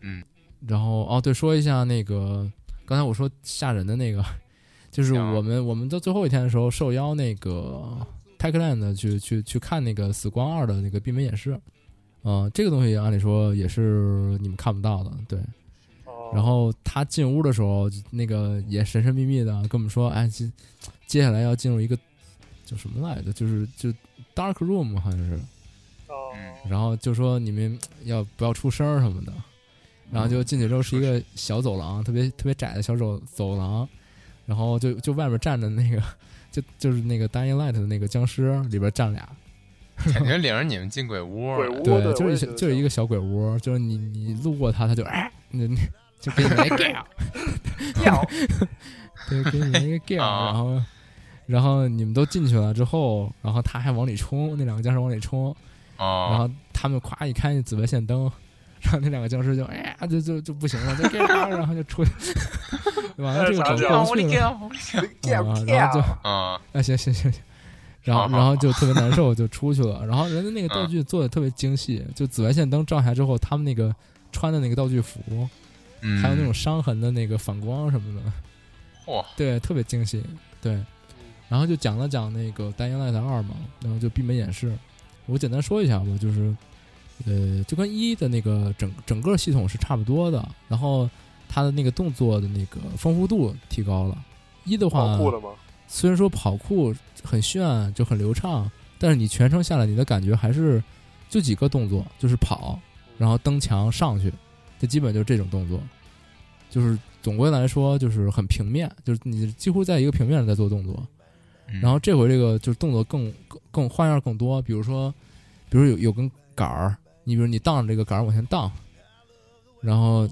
嗯，
然后哦，对，说一下那个刚才我说吓人的那个， 就是
行啊
我们我们到最后一天的时候，受邀那个 Techland 去去去看那个死光二的那个闭门演示。嗯、这个东西按理说也是你们看不到的，对。
哦
然后他进屋的时候，那个也神神秘秘的跟我们说，哎，接接下来要进入一个叫什么来着？就是就 dark room 好像是。
哦
然后就说你们要不要出声儿什么的。然后就进去之后是一个小走廊，特别特别窄的小走走廊，然后就就外面站着那个，就就是那个 Dying Light 的那个僵尸，里边站俩，
感觉领着你们进鬼屋了，
鬼屋
对，
对
就
我
是
也觉得
一小就是一个小鬼屋，就是你你路过他，他就哎，你你就给你来个 掉，对，给你来个掉，
啊
然后然后你们都进去了之后，然后他还往里冲，那两个僵尸往里冲，
啊
然
哦，
后他们咵一开那紫外线灯，然后那两个僵尸就哎呀就就就不行了，就然后就出去， 完了这个
哎
走
咋
哦
过不去了，啊然后就
嗯，
啊，行行行行，然后
好好
然后就特别难受，就出去了。然后人家那个道具做的特别精细，就紫外线灯照下来之后，他们那个穿的那个道具服，
嗯
还有那种伤痕的那个反光什么的，
嚯，
对，特别精细。对，然后就讲了讲那个《单音赖的二》嘛，然后就闭门演示。我简单说一下吧，就是，呃，就跟一的那个整整个系统是差不多的，然后它的那个动作的那个丰富度提高了。一的话，
跑酷了吗？
虽然说跑酷很炫，就很流畅，但是你全程下来，你的感觉还是就几个动作，就是跑，然后蹬墙上去，这基本就是这种动作。就是总归来说，就是很平面，就是你几乎在一个平面上在做动作。
嗯
然后这回这个就是动作更更更花样更多，比如说，比如有有根杆儿，你比如你荡着这个杆儿往前荡，然后，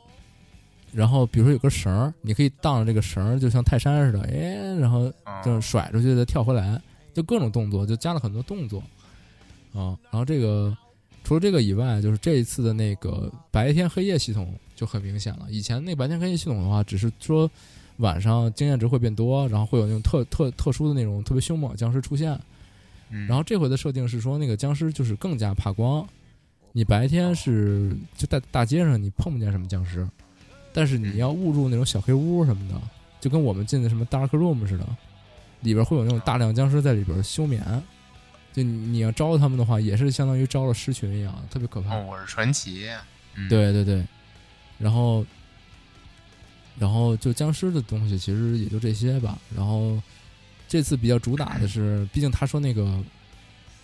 然后比如说有根绳儿，你可以荡着这个绳儿，就像泰山似的，哎，然后
嗯
就是甩出去再跳回来，就各种动作，就加了很多动作啊。然后这个除了这个以外，就是这一次的那个白天黑夜系统就很明显了。以前那白天黑夜系统的话，只是说晚上经验值会变多，然后会有那种特特特殊的那种特别凶猛的僵尸出现。
嗯
然后这回的设定是说，那个僵尸就是更加怕光。你白天是就在大街上你碰不见什么僵尸，但是你要误入那种小黑屋什么的，就跟我们进的什么 dark room 似的，里边会有那种大量僵尸在里边休眠。就你你要招他们的话，也是相当于招了狮群一样，特别可怕。
哦，我是传奇，嗯，
对对对，然后，然后就僵尸的东西其实也就这些吧。然后这次比较主打的是，毕竟他说那个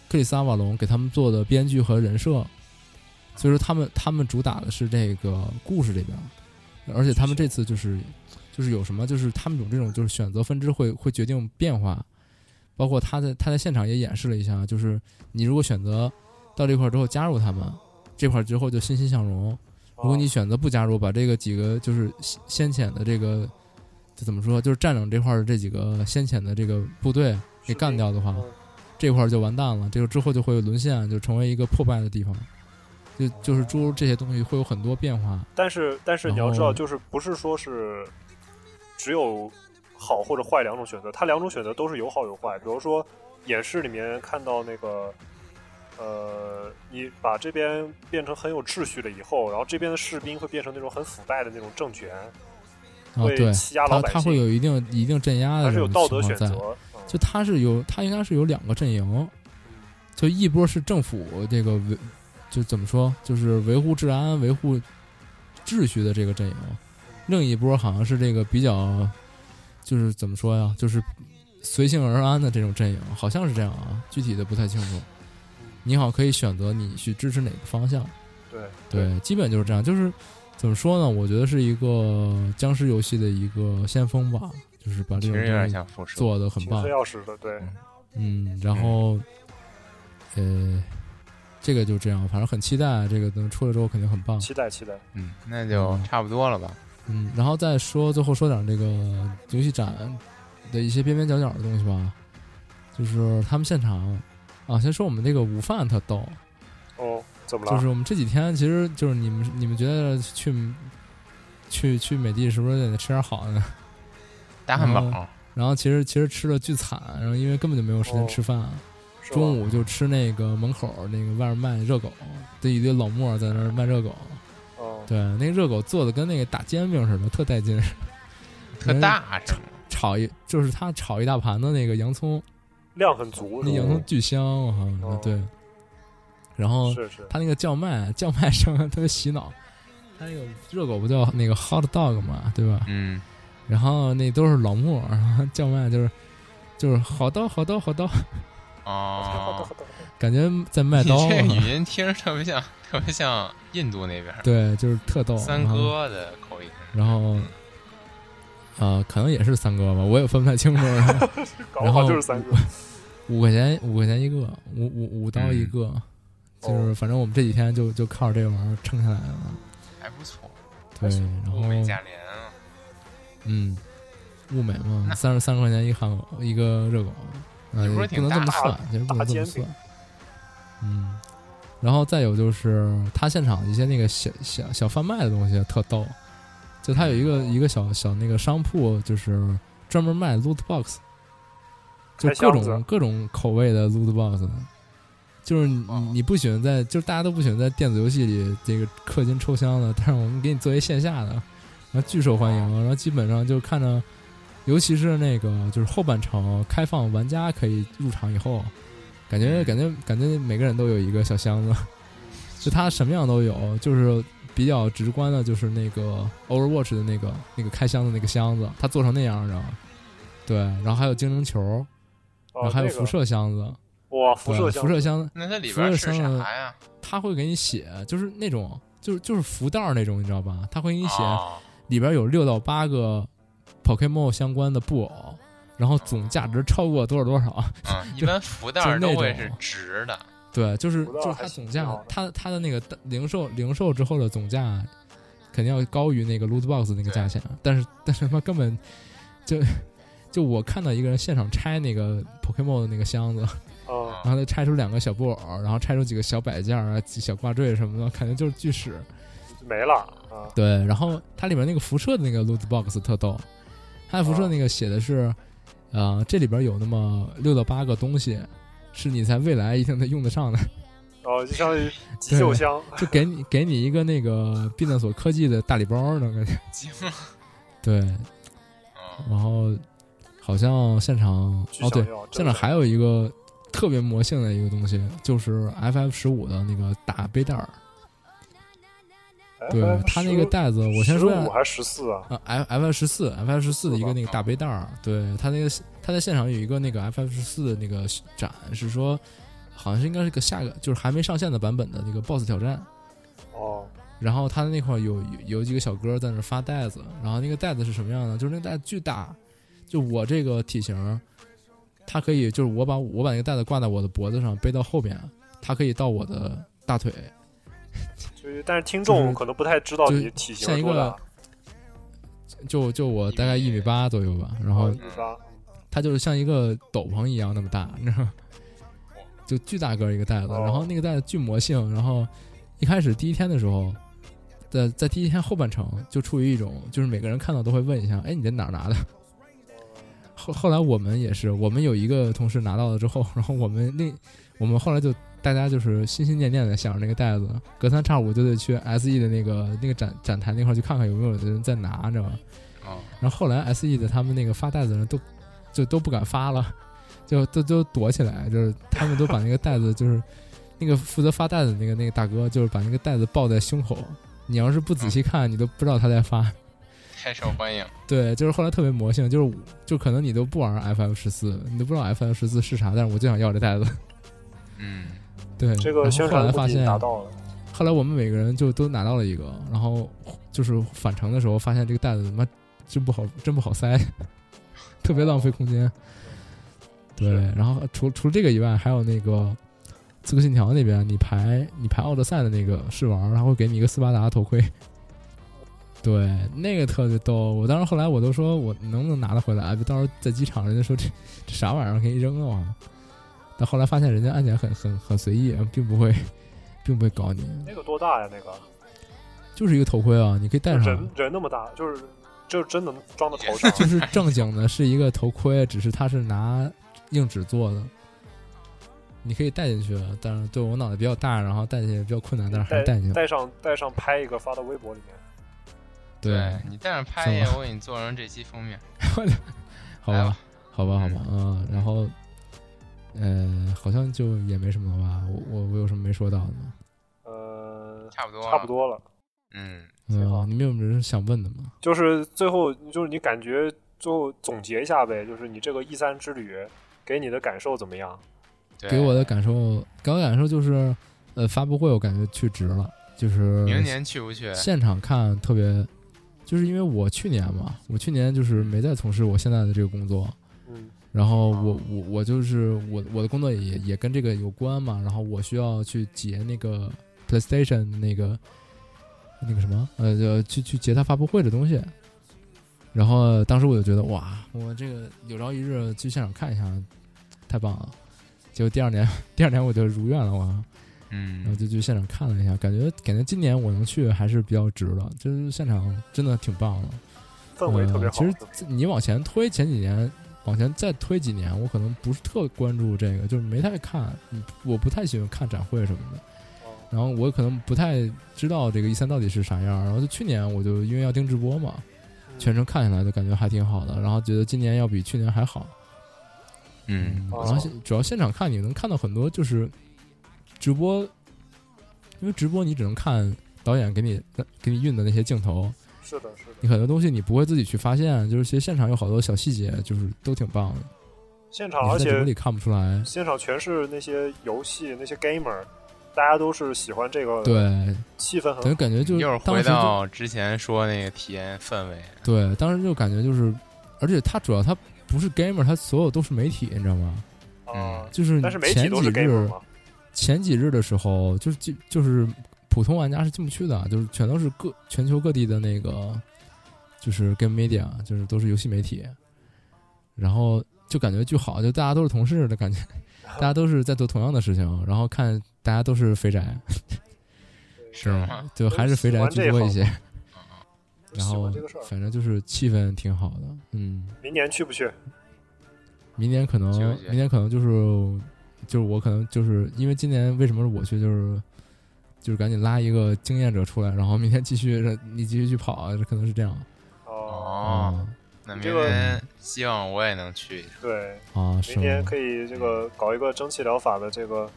克里斯阿瓦隆给他们做的编剧和人设，所以说他们他们主打的是这个故事这边，而且他们这次就是就是有什么，就是他们有这种就是选择分支会会决定变化，包括他在他在现场也演示了一下，就是你如果选择到这块儿之后加入他们，这块儿之后就欣欣向荣；如
哦
果你选择不加入，把这个几个就是先先遣的这个，这怎么说，就是占领这块儿的这几个先遣的这个部队给干掉的话，
嗯
这块儿就完蛋了，这个之后就会沦陷，就成为一个破败的地方。就就是诸如这些东西会有很多变化，啊
但是但是你要知
然
道，
后
就是不是说是只有好或者坏两种选择，它两种选择都是有好有坏。比如说演示里面看到那个，呃，你把这边变成很有秩序了以后，然后这边的士兵会变成那种很腐败的那种政权，
啊，
会
对，
欺压老
他
百
他会
姓
有一定一定镇压的
还是
这
有
种
道德
情
选
况在。
择。嗯
就他是有，他应该是有两个阵营，就一波是政府这个维，就怎么说，就是维护治安、维护秩序的这个阵营，另一波好像是这个比较，就是怎么说呀，就是随性而安的这种阵营，好像是这样啊，具体的不太清楚。你好，可以选择你去支持哪个方向。
对
对，基本就是这样。就是怎么说呢？我觉得是一个僵尸游戏的一个先锋吧，就是把这
其
种
实有
东
点
西
像辐射。
做的很
挺
棒
黑。曜石的，对，
嗯，然后，呃，这个就这样，反正很期待啊这个能出来之后肯定很棒。
期待期待。
嗯，那就差不多了吧。
嗯，然后再说最后说点这个游戏展的一些边边角角的东西吧，就是他们现场啊，先说我们这个午饭特逗，
哦，怎么了？
就是我们这几天其实就是你们你们觉得去去去美的是不是得吃点好的？
大汉堡
嗯， 然后其实其实吃的巨惨，然后因为根本就没有时间
哦
吃饭。啊
是吧
中午就吃那个门口儿那个外面卖热狗，这一堆老莫儿在那儿卖热狗。
哦，
对，那热狗做的跟那个打煎饼似的，特带劲。
特大啊是吗？
炒一就是他炒一大盘的那个洋葱，
量很
哦
足，
那
是
洋
吧
葱巨香，我靠
哦！
对，然后
是是，
他那个叫卖叫卖上面特别洗脑，他那个热狗不叫那个 hot dog 嘛，对吧？
嗯，
然后那都是老莫儿，然后叫卖就是就是好刀好刀好刀，嗯
哦，
感觉在卖
你
刀啊。
这个语音听着特别像，特别像印度那边儿
对，就是特逗。啊
三
哦然后
哥的口音。
然后，呃，可能也是三哥吧，我也分不太清楚。 然后
搞不
然
好
后
就是三个。
五块钱，五块钱一个，五五五刀一个，
嗯哦
就是反正我们这几天就就靠着这玩意儿撑下来了。
还不错，
对，然后
物美价廉啊。
嗯，物美嘛，
那
三十三块钱一汉堡一个热狗，嗯、
你不
也
是
不
挺
能这么
大
算，其实不能这
大煎
么
饼
算。嗯，然后再有就是他现场一些那个小小小贩卖的东西特逗，就他有一个一个小小那个商铺，就是专门卖 loot box，就
开
各
箱子
种各种口味的 loot box。就是你你你不喜欢在，就是大家都不喜欢在电子游戏里这个氪金抽箱的，但是我们给你做一线下的，然后巨受欢
哦
迎，然后基本上就看着，尤其是那个就是后半程开放玩家可以入场以后，感觉
嗯
感觉感觉每个人都有一个小箱子，就它什么样都有，就是比较直观的，就是那个 Overwatch 的那个那个开箱的那个箱子，它做成那样的，对，然后还有精灵球，
哦，
然后还有
那个
辐射箱子，
哇，辐
对，啊
射
辐射箱子
那它里边是啥呀？
它会给你写，就是那种就是就是福袋儿那种，你知道吧？它会给你写。
哦
里边有六到八个 Pokemon 相关的布偶，然后总价值超过多少多少。
嗯，一般福袋儿
就那
都会
种
是直的。
对，就是
不
就
到
是
还
它
是
总
挺
价
好的，
它它的那个单零售零售之后的总价肯定要高于那个 Loot Box 那个价钱，但是但是他妈根本就就我看到一个人现场拆那个 Pokemon 的那个箱子，
啊，
然后他拆出两个小布偶，然后拆出几个小摆件儿啊、几小挂坠什么的，感觉就是巨屎。
没了啊，
对，然后它里面那个辐射的那个 loot box 特逗，它的辐
啊
射那个写的是，呃，这里边有那么六到八个东西，是你在未来一定得用得上的，
然后就相 当于急救箱，
就给你给你一个那个避难所科技的大礼包呢， 感觉。
惊 了。
对，
嗯
然后好像现场
巨
哦对
想，要。
现场还有一个特别魔性的一个东西，就是 FF 十五的那个大背带儿，对它那个袋子，我先说一下
哎十五还是十四啊？
啊，F F 十四，F 十四的一个
是吧
那个大背带儿，对他那个他在现场有一个那个 F F 十四的那个展，是说好像是应该是个下个就是还没上线的版本的那个 BOSS 挑战，
哦，
然后他那块儿有有有几个小哥在那儿发袋子，然后那个袋子是什么样的？就是那个袋子巨大，就我这个体型，它可以就是我把我把那个袋子挂在我的脖子上，背到后边，它可以到我的大腿，
就是但是听
就
众
是
可能不太知道
就是
你体型
像
是
一
多
个
大，
就就我大概一米八左右吧，然后
一米八，
它就是像一个斗篷一样那么大，你知道吗？就巨大个儿一个袋子，
哦
然后那个袋子巨魔性，然后一开始第一天的时候，在在第一天后半程就处于一种就是每个人看到都会问一下，哎，你这哪儿拿的？后后来我们也是，我们有一个同事拿到了之后，然后我们那我们后来就大家就是心心念念的想着那个袋子，隔三差五就得去 SE 的那个那个展展台那块儿去看看有没有人在拿，你知道吗？
哦，
然后后来 S E 的他们那个发袋子的人都就都不敢发了， 就都都躲起来，就是他们都把那个袋子就是那个负责发袋子的那个那个大哥，就是把那个袋子抱在胸口，你要是不仔细看，你都不知道他在发。
太受欢迎。
对，就是后来特别魔性，就是就可能你都不玩 F F 十四，你都不知道 F F 十四是啥，但是我就想要这袋子。
嗯，
对，
这个
然后
宣
后
传
来
目
发
的
现
达到了，
后来我们每个人就都拿到了一个，然后就是返程的时候发现这个袋子他妈真不好，真不好塞， 特别浪费空间。对，
是
然后除除了这个以外，还有那个《刺客信条》那边，你排你排奥德赛的那个试玩，他会给你一个斯巴达头盔。对，那个特别逗。我当时后来我都说我能不能拿得回来，到时候在机场人家说这这啥玩意儿给你扔了啊。但后来发现人家安检很很很随意，并不会并不会搞你。
那个多大呀？那个
就是一个头盔啊，你可以戴
人
上，
人那么大，就是就是真能装到头上，
就是正经的，是一个头盔，只是它是拿硬纸做的，你可以戴进去，但是对我脑袋比较大，然后戴进去比较困难，但是还是戴
带
进去。
带上带上拍一个发到微博里面，
对，
你带上拍一
是
眼，我给你做成这期封面。
好
来
吧
吧，
好吧，好吧，嗯，然后，呃，好像就也没什么了吧？我我我有什么没说到的吗？
呃，
差不多，
差不。多了。
嗯，
挺好
嗯，你们有没有人想问的吗？
就是最后，就是你感觉最后总结一下呗，就是你这个 E 三之旅给你的感受怎么样？
对，
给我的感受，给我的感受就是，呃，发布会我感觉去值了，就是
明年去不去？
现场看特别，就是因为我去年嘛，我去年就是没在从事我现在的这个工作，
嗯，
然后我我我就是我我的工作也也跟这个有关嘛，然后我需要去截那个 PlayStation 的那个那个什么呃，就去去截它发布会的东西，然后当时我就觉得哇，我这个有朝一日去现场看一下，太棒了。结果第二年， 第二年我就如愿了，我。然后
嗯，
就去现场看了一下，感觉感觉今年我能去还是比较值的，就是现场真的挺棒的，
氛围特别好。
呃其实你往前推前几年，往前再推几年，我可能不是特关注这个，就是没太看，嗯我不太喜欢看展会什么的。
嗯
然后我可能不太知道这个一三到底是啥样，然后就去年我就因为要盯直播嘛，全程看下来就感觉还挺好的，然后觉得今年要比去年还好，
嗯，
哦
然后现主要现场看你能看到很多就是直播，因为直播你只能看导演给你给你运的那些镜头，
是的，是的。
你很多东西你不会自己去发现，就是其实现场有好多小细节，就是都挺棒的，
现场，
你
哦而
是在直
且
播里看不出来。
现场全是那些游戏那些 gamer，大家都是喜欢这个，，
对，
气氛
等
很好。
于感觉就
又是
当
回啊
时就
到之前说那个体验氛围。
对，当时就感觉就是，而且他主要他不是 gamer，他所有都是媒体，你知道吗？
啊，
就是
但是媒体
嗯前
都
几
是 gamer
日
嘛，
前几日的时候，就是就就是普通玩家是进不去的，就是全都是各全球各地的那个，就是 game media，就是都是游戏媒体，然后就感觉巨好，就大家都是同事 的感觉，大家都是在做同样的事情，然后看大家都是肥宅，
是吗？嗯
就还是肥宅居多一些，然
喜
后
欢这个事儿。
反正就是气氛挺好的，嗯。
明年去不去？
明年可能
纠结，
明年可能就是，就是我可能就是因为今年为什么是我去，就是就是赶紧拉一个经验者出来，然后明天继续 让你继续去跑，可能是这样。
哦，
哦，
嗯
那
这
明
个
年希望我也能去一趟。
对，
啊，是
明年
吗？
可以这个搞一个蒸汽疗法的这个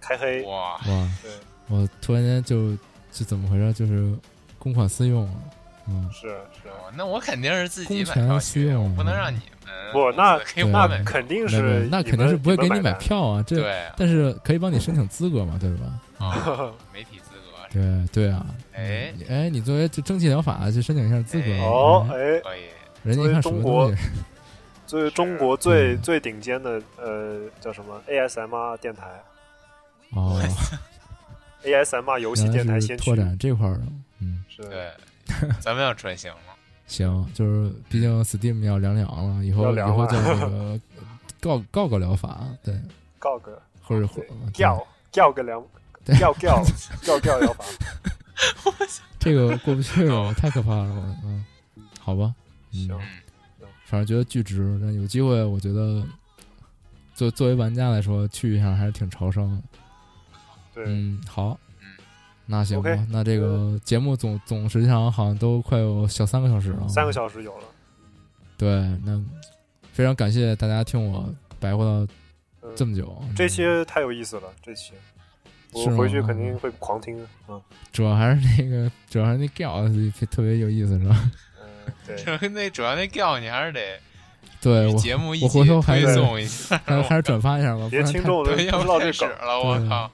开黑。
哇，
哇，
对，
我突然间就就怎么回事？就是公款私用啊，嗯，
是是。
那我肯定是自己
公
买
权
票去，
私
我
用
不能让你们
不那
给
对
我
那
们
肯定
没有没
是
有呃那
你
肯定是
们
不会
你
给
们
你买
单
票啊，这
对啊
但是可以帮你申请资格嘛，对吧？
啊，媒体资格
对对啊，
哎，
哎，你作为就蒸汽疗法去申请一下资格，
哎
哦，
嗯
哎，
可以，
人家一看什么
作为
东西，
作为中国最
嗯
最顶尖的呃叫什么 ASMR 电台
哦，
，ASMR 游戏电
原
台
来是
先驱
拓展这块儿的，嗯，
是
对，咱们要转型了，
行，就是毕竟 Steam 要凉凉了，以
要
后以
凉
后
了
叫那 个告告个疗法，对，
告个
或者或
吊吊个两
对
吊 吊吊吊疗法，
这个过不去了，太可怕了，我嗯，好吧，嗯
行，
反正觉得巨值，但有机会我觉得作作为玩家来说去一下还是挺朝圣的，
对，
嗯，好
嗯，
那行吧
OK，
那这个节目总总时长好像都快有小三个小时了，
三个小时有了，
对，那非常感谢大家听我白活到
嗯
这么久，
这期太有意思了，这期我
是吗
回去肯定会狂听，嗯
主要还是那个，主要还是那 gal 特别有意思，是 吧？
嗯，对，
就是那主要那调你还是得
对我
节目一
我
起
回头还
推
是
送一下，
还 是还是转发一下吧，不
别
然
听
太
众都不
对，
知
要
道
开
这
始
梗，
了，我
对
靠！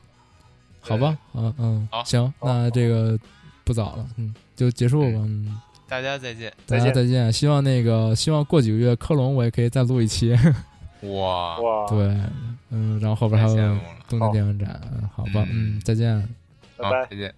好吧，嗯嗯，
好
行，那这个不早了，嗯，就结束吧，嗯，
大家再见。
再
大家
见
啊再见，希望那个希望过几个月克隆我也可以再录一期，
哇，
哇，
对，嗯，然后后边
太
还
羡
有
慕了。
东京电玩展，好吧，
嗯
嗯，再见。
拜
好
拜。
再见。